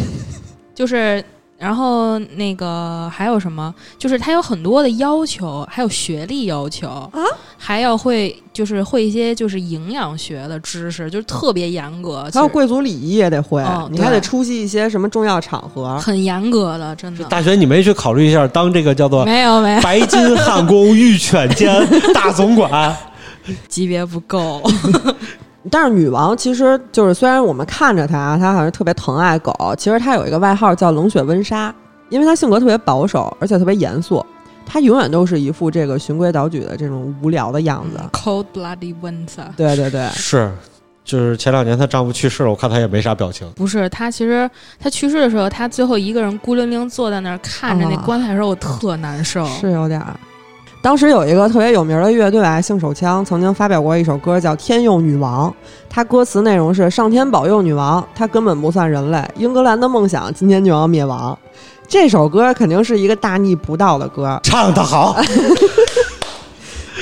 B: 就是。然后那个还有什么？就是它有很多的要求，还有学历要求啊，还要会就是会一些就是营养学的知识，就是特别严格，
A: 还有
B: 其实
A: 贵族礼仪也得会
B: 哦，
A: 你还
B: 对
A: 得出席一些什么重要场合。
B: 很严格的，真的
C: 大学你没去考虑一下当这个叫做
B: 没有没有
C: 白金汉宫御犬监大总管？
B: 级别不够，
A: 但是女王其实就是，虽然我们看着她，她好像特别疼爱狗，其实她有一个外号叫“冷血温莎”，因为她性格特别保守，而且特别严肃。她永远都是一副这个循规蹈矩的这种无聊的样子。
B: Cold bloody winter。
A: 对对对，
C: 是，就是前两年她丈夫去世了，我看她也没啥表情。
B: 不是他，其实他去世的时候，他最后一个人孤零零坐在那儿看着那
A: 啊
B: 棺材的时候，我特难受。
A: 是有点儿。当时有一个特别有名的乐队啊，性手枪曾经发表过一首歌叫《天佑女王》，它歌词内容是“上天保佑女王，她根本不算人类，英格兰的梦想今天就要灭亡”。这首歌肯定是一个大逆不道的歌，
C: 唱得好，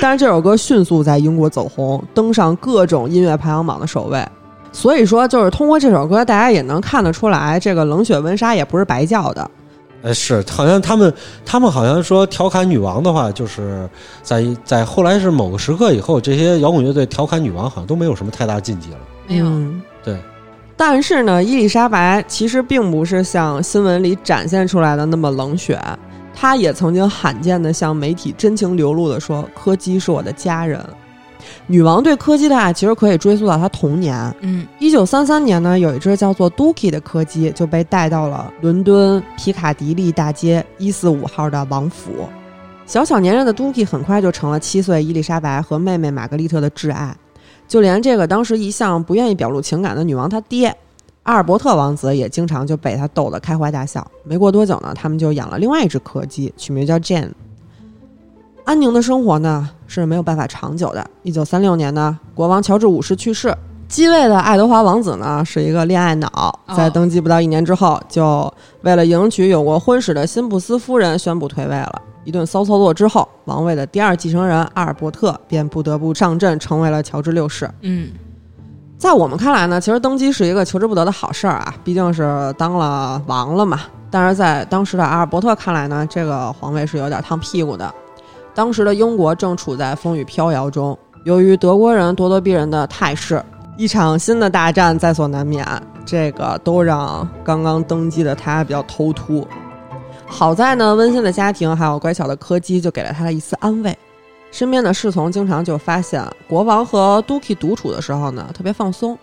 A: 但是这首歌迅速在英国走红，登上各种音乐排行榜的首位。所以说，就是通过这首歌，大家也能看得出来，这个冷血温莎也不是白叫的。
C: 呃，是，好像他们他们好像说调侃女王的话，就是在在后来是某个时刻以后，这些摇滚乐队调侃女王好像都没有什么太大禁忌了。
B: 没有，
A: 嗯
C: 对。
A: 但是呢，伊丽莎白其实并不是像新闻里展现出来的那么冷血，她也曾经罕见的向媒体真情流露的说：“柯基是我的家人。”女王对柯基的爱其实可以追溯到她童年。
B: 嗯，
A: 一九三三年呢，有一只叫做 Dookie 的柯基就被带到了伦敦皮卡迪利大街一四五号的王府。小小年龄的 Dookie 很快就成了七岁伊丽莎白和妹妹玛格丽特的挚爱，就连这个当时一向不愿意表露情感的女王她爹阿尔伯特王子也经常就被她逗得开怀大笑。没过多久呢，他们就养了另外一只柯基，取名叫 Jane。安宁的生活呢是没有办法长久的。一九三六年呢，国王乔治五世去世，继位的爱德华王子呢是一个恋爱脑，
B: 哦
A: 在登基不到一年之后，就为了迎娶有过婚史的辛普斯夫人宣布退位了。一顿骚操作之后，王位的第二继承人阿尔伯特便不得不上阵，成为了乔治六世。
B: 嗯，
A: 在我们看来呢，其实登基是一个求之不得的好事儿啊，毕竟是当了王了嘛。但是在当时的阿尔伯特看来呢，这个皇位是有点烫屁股的。当时的英国正处在风雨飘摇中，由于德国人咄咄逼人的态势，一场新的大战在所难免，这个都让刚刚登基的他比较头秃。好在呢，温馨的家庭还有乖巧的柯基就给了他一丝安慰。身边的侍从经常就发现，国王和 Duki 独处的时候呢，特别放松。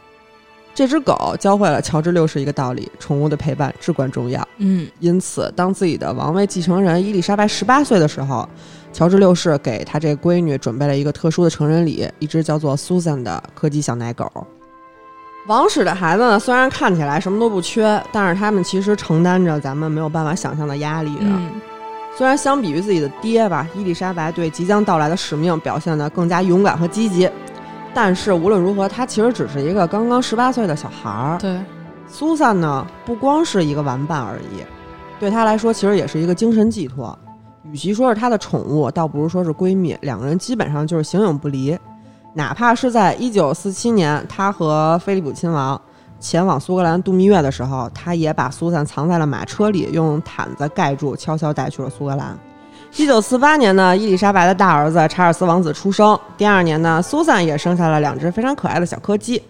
A: 这只狗教会了乔治六世一个道理：宠物的陪伴至关重要。
B: 嗯，
A: 因此，当自己的王位继承人伊丽莎白十八岁的时候，乔治六世给他这闺女准备了一个特殊的成人礼——一只叫做 Susan 的柯基小奶狗。王室的孩子呢，虽然看起来什么都不缺，但是他们其实承担着咱们没有办法想象的压力的。
B: 嗯，
A: 虽然相比于自己的爹吧，伊丽莎白对即将到来的使命表现得更加勇敢和积极，但是无论如何，她其实只是一个刚刚十八岁的小孩儿。
B: 对，
A: 苏珊呢，不光是一个玩伴而已，对她来说其实也是一个精神寄托。与其说是她的宠物，倒不如说是闺蜜，两个人基本上就是形影不离。哪怕是在1947年，她和菲利普亲王前往苏格兰度蜜月的时候，她也把苏珊藏在了马车里，用毯子盖住，悄悄带去了苏格兰。1948年呢，伊丽莎白的大儿子查尔斯王子出生。第二年呢，苏珊也生下了两只非常可爱的小柯基。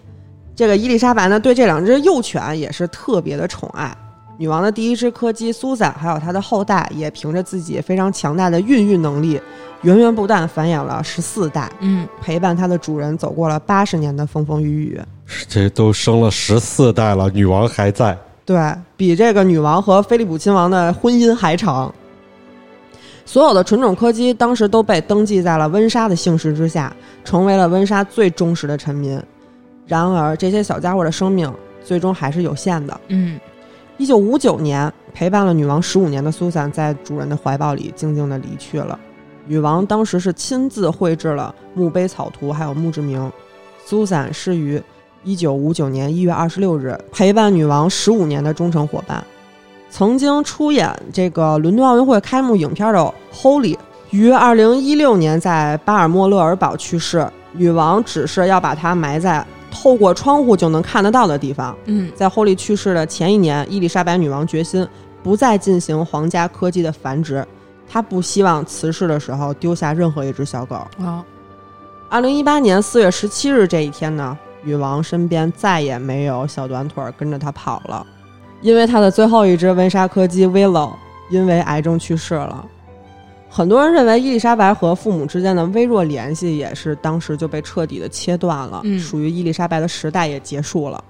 A: 这个伊丽莎白呢，对这两只幼犬也是特别的宠爱。女王的第一只柯基苏珊，还有她的后代，也凭着自己非常强大的孕育能力，源源不断繁衍了十四代，
B: 嗯，
A: 陪伴它的主人走过了八十年的风风雨雨。
C: 这都生了十四代了，女王还在。
A: 对比这个女王和菲利普亲王的婚姻还长。所有的纯种柯基当时都被登记在了温莎的姓氏之下，成为了温莎最忠实的臣民。然而，这些小家伙的生命最终还是有限的。
B: 嗯，
A: 一九五九年，陪伴了女王十五年的苏珊，在主人的怀抱里静静的离去了。女王当时是亲自绘制了墓碑草图，还有墓志铭。苏珊是于一九五九年一月二十六日陪伴女王十五年的忠诚伙伴，曾经出演这个伦敦奥运会开幕影片的 Holly 于二零一六年在巴尔莫勒尔堡去世，女王只是要把它埋在透过窗户就能看得到的地方。
B: 嗯
A: 在霍利去世的前一年，伊丽莎白女王决心不再进行皇家柯基的繁殖，她不希望辞世的时候丢下任何一只小狗。
B: 啊，
A: 二零一八年四月十七日这一天呢，女王身边再也没有小短腿儿跟着她跑了，因为她的最后一只温莎柯基 Willow 因为癌症去世了。很多人认为伊丽莎白和父母之间的微弱联系也是当时就被彻底的切断了，
B: 嗯
A: 属于伊丽莎白的时代也结束了。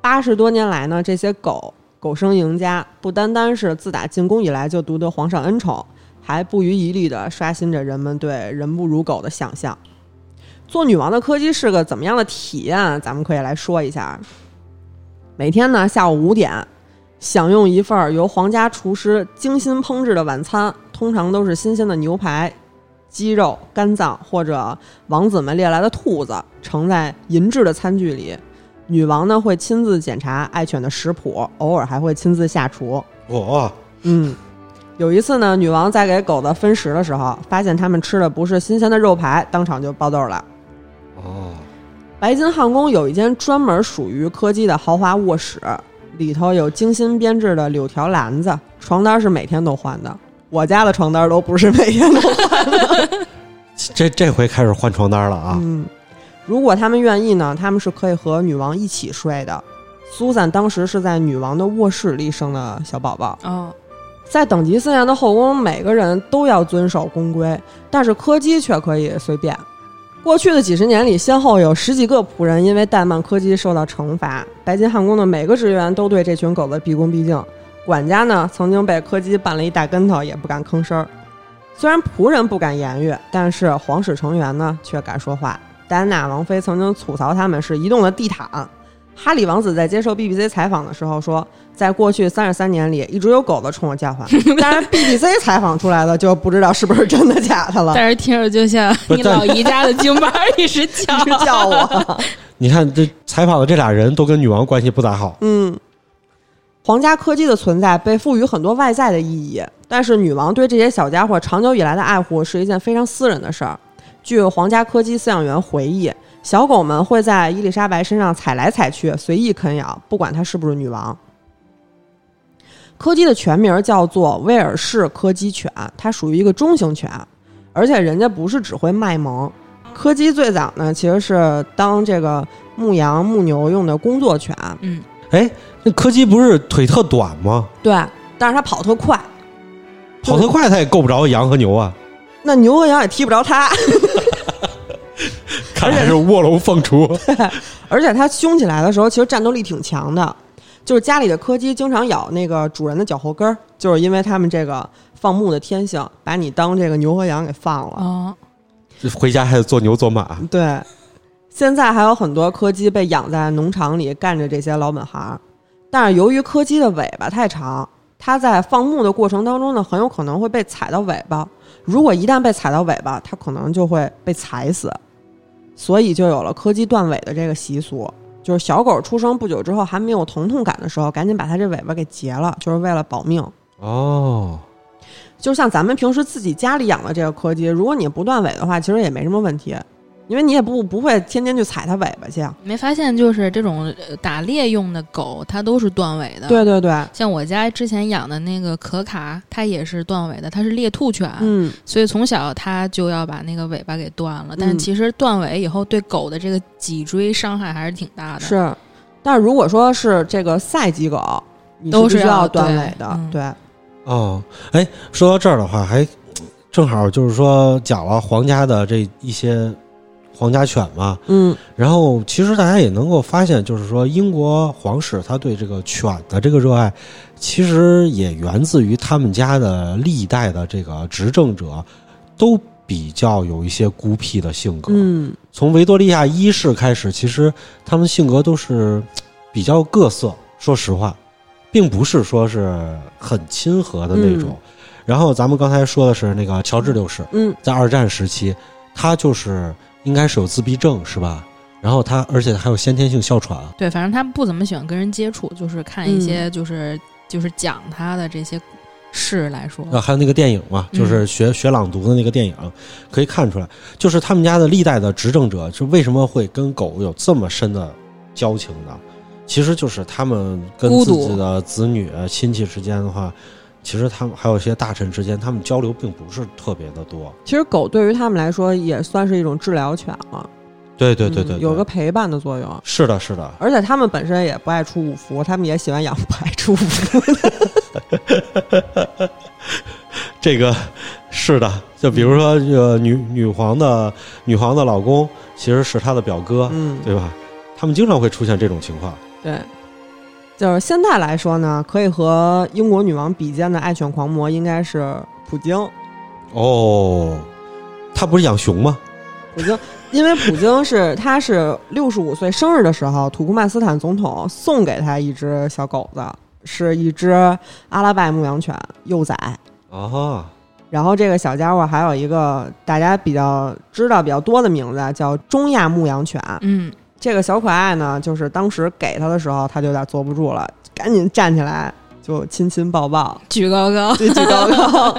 A: 八十多年来呢，这些狗狗生赢家不单单是自打进宫以来就独得皇上恩宠，还不遗余力地刷新着人们对人不如狗的想象。做女王的柯基是个怎么样的体验？咱们可以来说一下。每天呢，下午五点，享用一份儿由皇家厨师精心烹制的晚餐，通常都是新鲜的牛排、鸡肉、肝脏或者王子们猎来的兔子，盛在银质的餐具里。女王呢会亲自检查爱犬的食谱，偶尔还会亲自下厨。
C: 我
A: 嗯，有一次呢，女王在给狗子分食的时候，发现它们吃的不是新鲜的肉排，当场就爆痘了。
C: 哦，
A: 白金汉宫有一间专门属于柯基的豪华卧室，里头有精心编制的柳条篮子，床单是每天都换的。我家的床单都不是每天都换。
C: 这这回开始换床单了啊！
A: 嗯，如果他们愿意呢，他们是可以和女王一起睡的。苏珊当时是在女王的卧室里生的小宝宝。
B: 哦，
A: 在等级森严的后宫，每个人都要遵守宫规，但是柯基却可以随便。过去的几十年里，先后有十几个仆人因为怠慢柯基受到惩罚。白金汉宫的每个职员都对这群狗子毕恭毕敬。管家呢，曾经被柯基绊了一大跟头，也不敢吭声儿。虽然仆人不敢言语，但是皇室成员呢却敢说话。戴安娜王妃曾经吐槽他们是移动的地毯。哈里王子在接受 BBC 采访的时候说，在过去三十三年里，一直有狗子冲我叫唤。当然，BBC 采访出来的就不知道是不是真的假 的了。
B: 但是听着就像
C: 不
B: 你
C: 但
B: 老姨家的京巴儿一直叫
A: 一直叫我。
C: 你看这采访的这俩人都跟女王关系不咋好，
A: 嗯，皇家柯基的存在被赋予很多外在的意义，但是女王对这些小家伙长久以来的爱护是一件非常私人的事儿。据皇家柯基饲养员回忆，小狗们会在伊丽莎白身上踩来踩去，随意啃咬，不管它是不是女王。柯基的全名叫做威尔士柯基犬，它属于一个中型犬，而且人家不是只会卖萌。柯基最早呢，其实是当这个牧羊、牧牛用的工作犬，
B: 嗯，
C: 哎，那柯基不是腿特短吗？
A: 对，但是它跑特快，
C: 跑得快，它也够不着羊和牛啊！
A: 那牛和羊也踢不着它，
C: 看来是卧龙凤雏。
A: 而且它凶起来的时候，其实战斗力挺强的。就是家里的柯基经常咬那个主人的脚后跟儿，就是因为它们这个放牧的天性，把你当这个牛和羊给放了。
B: 哦，
C: 回家还得做牛做马，
A: 对，现在还有很多柯基被养在农场里干着这些老本行儿，但是由于柯基的尾巴太长，它在放牧的过程当中呢，很有可能会被踩到尾巴。如果一旦被踩到尾巴，它可能就会被踩死，所以就有了柯基断尾的这个习俗。就是小狗出生不久之后还没有疼痛感的时候，赶紧把它这尾巴给截了，就是为了保命。
C: 哦，
A: 就像咱们平时自己家里养的这个柯基，如果你不断尾的话，其实也没什么问题，因为你也不不会天天去踩它尾巴去。
B: 没发现就是这种呃打猎用的狗，它都是断尾的。，
A: 对对对，
B: 像我家之前养的那个可卡，它也是断尾的，它是猎兔犬，
A: 嗯，
B: 所以从小它就要把那个尾巴给断了。但
A: 嗯
B: 其实断尾以后对狗的这个脊椎伤害还是挺大的。，
A: 是。但是如果说是这个赛级狗，你
B: 都
A: 是
B: 是
A: 必须
B: 要
A: 要断
B: 对
A: 尾的，
B: 嗯
A: 对，
C: 哦，哎，说到这儿的话，还正好就是说讲了皇家的这一些皇家犬嘛。
A: 嗯
C: 然后其实大家也能够发现，就是说英国皇室他对这个犬的这个热爱，其实也源自于他们家的历代的这个执政者都比较有一些孤僻的性格。
A: 嗯
C: 从维多利亚一世开始，其实他们性格都是比较各色。说实话，并不是说是很亲和的那种。然后咱们刚才说的是那个乔治六世，
A: 嗯，
C: 在二战时期，他就是应该是有自闭症是吧？然后他而且还有先天性哮喘。
B: 对，
A: 嗯
B: 反正它不怎么喜欢跟人接触，就是看一些就是、就是讲它的这些市来说，
C: 啊，还有那个电影嘛，
A: 嗯
C: 就是学、学朗读的那个电影，可以看出来，就是他们家的历代的执政者是为什么会跟狗有这么深的交情呢？其实就是他们跟
B: 孤
C: 自
B: 独
C: 己的子女、啊亲戚之间的话，其实他们还有一些大臣之间，他们交流并不是特别的多。
A: 其实狗对于他们来说也算是一种治疗犬了，
C: 对对对
A: 嗯
C: 对，
A: 有
C: 对
A: 个陪伴的作用。
C: 是的，是的，
A: 而且他们本身也不爱出五福，他们也喜欢养 不爱出五福。
C: 啊这个是的，就
A: 嗯
C: 比如说这个女女皇的女皇的老公其实是她的表哥，
A: 嗯，
C: 对吧？他们经常会出现这种情况。
A: 对，就是现在来说呢，可以和英国女王比肩的爱犬狂魔应该是普京。
C: 哦，他不是养熊吗？
A: 普京，因为普京是他是六十五岁生日的时候，土库曼斯坦总统送给他一只小狗子，是一只阿拉拜牧羊犬幼崽。
C: 啊，
A: 然后这个小家伙还有一个大家比较知道比较多的名字，叫中亚牧羊犬。
B: 嗯，
A: 这个小可爱呢，就是当时给他的时候，他就有点坐不住了，赶紧站起来就亲亲抱抱，
B: 举高高，
A: 举举高高。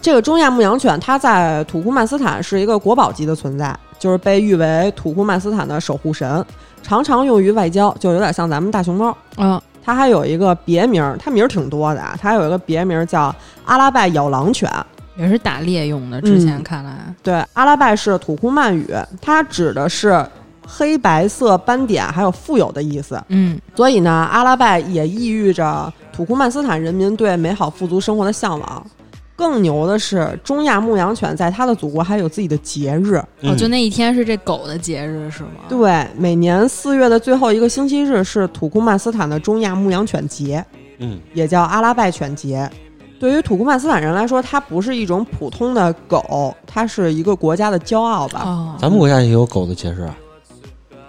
A: 这个中亚牧羊犬，它在土库曼斯坦是一个国宝级的存在，就是被誉为土库曼斯坦的守护神，常常用于外交，就有点像咱们大熊猫。
B: 嗯，
A: 它还有一个别名儿，它名儿挺多的啊，它还有一个别名儿叫阿拉拜咬狼犬。
B: 也是打猎用的。之前看来，
A: 对，阿拉拜是土库曼语，它指的是黑白色斑点还有富有的意思。
B: 嗯
A: 所以呢，阿拉拜也抑郁着土库曼斯坦人民对美好富足生活的向往。更牛的是，中亚牧羊犬在它的祖国还有自己的节日。
C: 嗯
B: 哦，就那一天是这狗的节日是吗？
A: 对，每年四月的最后一个星期日是土库曼斯坦的中亚牧羊犬节，
C: 嗯
A: 也叫阿拉拜犬节。对于土库曼斯坦人来说，它不是一种普通的狗，它是一个国家的骄傲吧。
B: 哦，
C: 咱们国家也有狗的节日啊，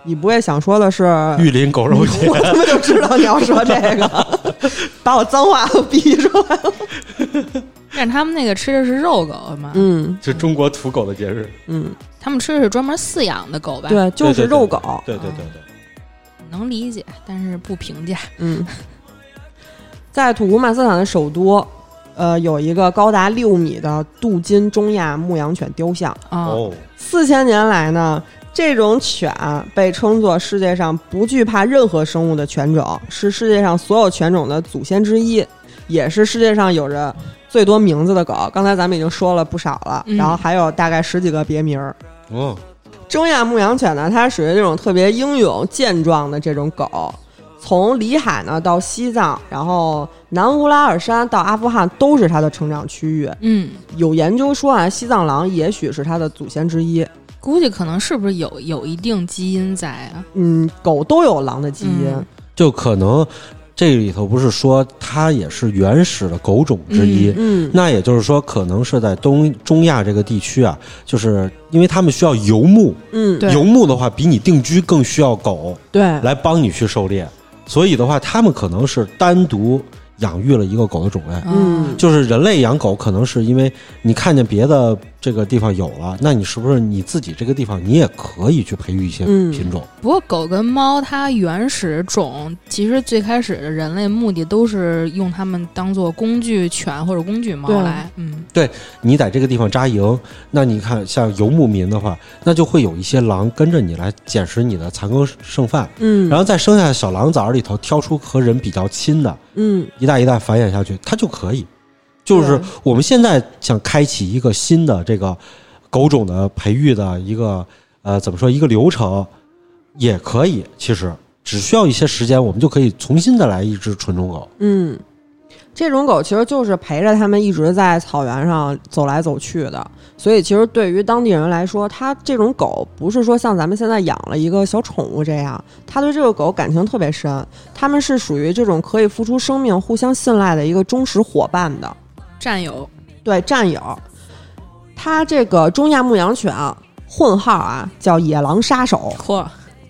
A: 你不会想说的是，
C: 玉林狗肉节
A: 我他妈就知道你要说这个， 把我脏话都逼出来。
B: 但是他们那个吃的是肉狗嘛，
A: 嗯
C: 是中国土狗的节日。
A: 嗯，
B: 他们吃的是专门饲养的狗吧？，
A: 对，就
C: 对
A: 是
C: 对对
A: 肉狗。
C: 对对对对，
B: 能理解，但是不评价。
A: 嗯，在土库曼斯坦的首都，呃，有一个高达六米的镀金中亚牧羊犬雕像。
B: 哦，
C: 哦，
A: 四千年来呢，这种犬被称作世界上不惧怕任何生物的犬种，是世界上所有犬种的祖先之一，也是世界上有着最多名字的狗。刚才咱们已经说了不少了，
B: 嗯
A: 然后还有大概十几个别名儿。
C: 哦，
A: 中亚牧羊犬呢，它属于那种特别英勇健壮的这种狗，从里海呢到西藏，然后南乌拉尔山到阿富汗都是它的成长区域。
B: 嗯，
A: 有研究说啊，西藏狼也许是它的祖先之一。
B: 估计可能是不是有有一定基因在啊？
A: 嗯，狗都有狼的基因，
B: 嗯
C: 就可能这里头不是说它也是原始的狗种之一。
A: 嗯，
C: 那也就是说，可能是在东中亚这个地区啊，就是因为他们需要游牧，
A: 嗯，
B: 对
C: 游牧的话比你定居更需要狗
A: 对，
C: 来帮你去狩猎，所以的话，他们可能是单独养育了一个狗的种类。
A: 嗯，
C: 就是人类养狗，可能是因为你看见别的这个地方有了，那你是不是你自己这个地方你也可以去培育一些
A: 嗯
C: 品种？
B: 不过狗跟猫它原始种，其实最开始的人类目的都是用它们当做工具犬或者工具猫
A: 对
B: 来，嗯，
C: 你在这个地方扎营，那你看像游牧民的话，那就会有一些狼跟着你来捡拾你的残羹剩饭，
A: 嗯，
C: 然后在剩下的小狼崽儿里头挑出和人比较亲的，
A: 嗯，
C: 一代一代繁衍下去，它就可以。就是
A: 对
C: 我们现在想开启一个新的这个狗种的培育的一个呃怎么说一个流程，也可以。其实只需要一些时间，我们就可以重新的来一只纯种狗。
A: 嗯，这种狗其实就是陪着他们一直在草原上走来走去的，所以其实对于当地人来说，它这种狗不是说像咱们现在养了一个小宠物这样，它对这个狗感情特别深，他们是属于这种可以付出生命、互相信赖的一个忠实伙伴的。
B: 占有，
A: 对战友，它这个中亚牧羊犬啊混号啊叫野狼杀手，
B: 嚯，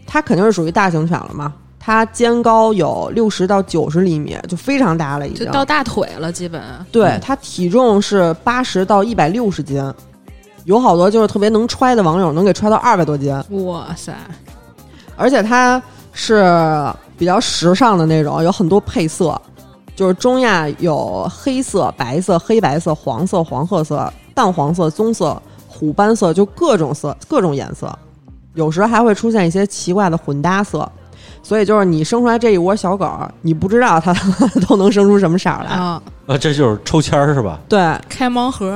A: 它肯定是属于大型犬了嘛。它肩高有六十到九十厘米，就非常大了，已
B: 就
A: 经。
B: 到大腿了，基本，
A: 对
C: 嗯
A: 它体重是八十到一百六十斤，有好多就是特别能揣的网友能给揣到二百多斤，
B: 哇塞，
A: 而且它是比较时尚的那种，有很多配色，就是中亚有黑色、白色、黑白色、黄色、黄褐色、淡黄色、棕色、虎斑色，就各种色、各种颜色，有时还会出现一些奇怪的混搭色。所以就是你生出来这一窝小狗儿，你不知道它 都能生出什么色儿来。
B: 啊，
C: 啊，这就是抽签儿是吧？
A: 对，
B: 开盲盒，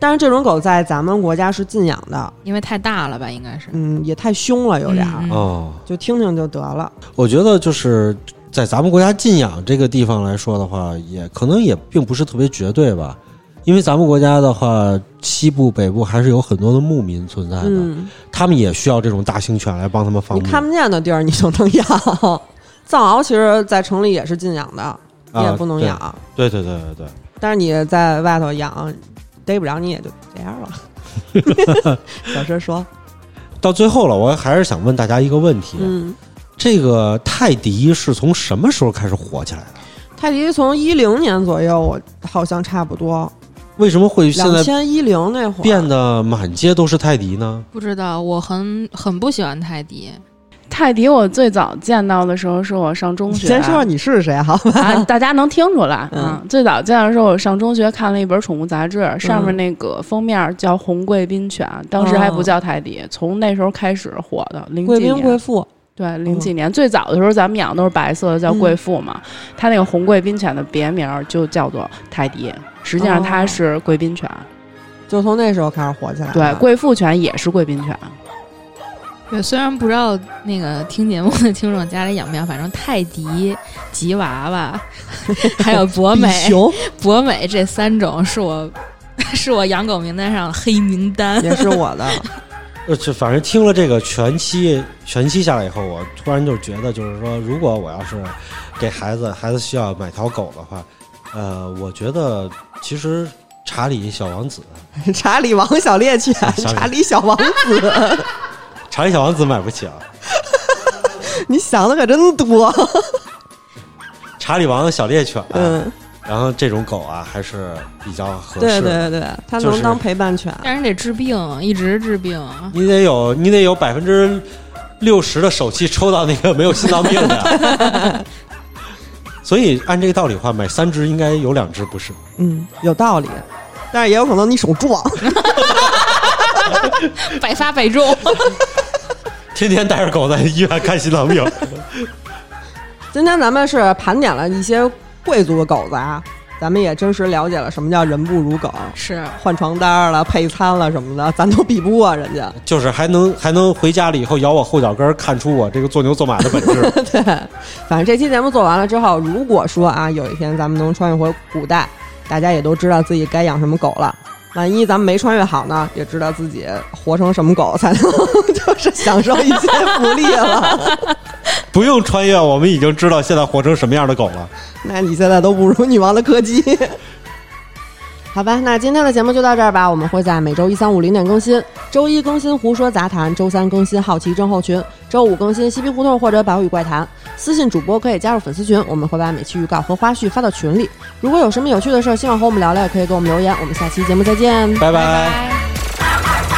A: 但是这种狗在咱们国家是禁养的，
B: 因为太大了吧，应该是
A: 嗯，也太凶了，有点儿，
B: 嗯
C: 哦，
A: 就听听就得了。
C: 我觉得就是在咱们国家禁养这个地方来说的话，也可能也并不是特别绝对吧，因为咱们国家的话，西部、北部还是有很多的牧民存在的，
A: 嗯，
C: 他们也需要这种大型犬来帮他们放
A: 你
C: 牧。
A: 看不见的地儿你就能养。 藏獒其实在城里也是禁养的，你也
C: 啊
A: 不能养，
C: 对对对对对，
A: 但是你在外头养，逮不着你也就这样了。 小声 说，
C: 到最后了，我还是想问大家一个问题：
A: 嗯，
C: 这个泰迪是从什么时候开始火起来的？
A: 泰迪从一零年左右，我好像差不多
C: 为什么会现
A: 两
C: 在
A: 千一零那会儿
C: 变得满街都是泰迪呢？
B: 不知道，我很很不喜欢泰迪，
D: 泰迪，我最早见到的时候是我上中
A: 你
D: 学，
A: 先说说你是谁好吧？
D: 啊，大家能听出来
A: 嗯
D: 啊。最早见的时候，我上中学看了一本宠物杂志，上
A: 嗯
D: 面那个封面叫《红贵宾犬》，当时还不叫泰迪，从那时候开始火的。零
A: 贵
D: 几
A: 宾哦贵
D: 年，
A: 妇，
D: 对，零几年最早的时候，咱们养的都是白色的，叫贵妇嘛。
A: 嗯
D: 它那个红贵宾犬的别名就叫做泰迪，实际上
A: 哦
D: 它是贵宾
A: 啊
D: 犬，
A: 就从那时候开始火起来
D: 对，
A: 的。
D: 贵妇犬也是贵宾犬。
B: 对，虽然不知道那个听节目的听众家里养不养，反正泰迪、吉娃娃， 还有博
A: 比
B: 美、
A: 熊
B: 博美这三种是我 是我养狗名单上的黑名单。
A: 也是我的，
C: 呃，这反正听了这个全期全期下来以后，我突然就觉得，就是说，如果我要是给孩子，孩子需要买条狗的话，呃，我觉得其实查理小王子，
A: 查理王小猎犬，
C: 小
A: 查理小王子，
C: 查理小王子买不起啊，
A: 你想的可真多。
C: 查理王小猎犬、啊
A: 嗯，
C: 然后这种狗啊还是比较合
A: 对
C: 适的。
A: 对对，它
C: 就
A: 能
C: 是
A: 当陪伴犬。
B: 但是得治病，一直治病。
C: 你得有你得有百分之六十的手气抽到那个没有心脏病的。 所以按这个道理话，买三只应该有两只不是。
A: 嗯，有道理，但是也有可能你手壮。
B: 百发百中。
C: 天天带着狗在医院看心 脏病。
A: 今天咱们是盘点了一些贵族的狗子啊，咱们也真实了解了什么叫人不如狗，
B: 是，
A: 换床单儿了、配餐了什么的，咱都比不过人家。
C: 就是还能还能回家了以后咬我后脚跟儿，看出我这个做牛做马的 本质。
A: 对，反正这期节目做完了之后，如果说啊，有一天咱们能穿越回古代，大家也都知道自己该养什么狗了。万一咱们没穿越好呢，也知道自己活成什么狗才能 就是享受一些福利了。
C: 不用穿越，我们已经知道现在活成什么样的狗了。
A: 那你现在都不如女王的柯基。 好吧，那今天的节目就到这儿吧。我们会在每周一、三、五零点更新，周一更新《胡说杂谈》，周三更新《好奇症候群》，周五更新《嬉皮胡同》或者《百语怪谈》。私信主播可以加入粉丝群，我们会把每期预告和花絮发到群里。如果有什么有趣的事儿，希望和我们聊聊，也可以给我们留言。我们下期节目再见。
B: 拜
C: 拜拜。
B: 拜。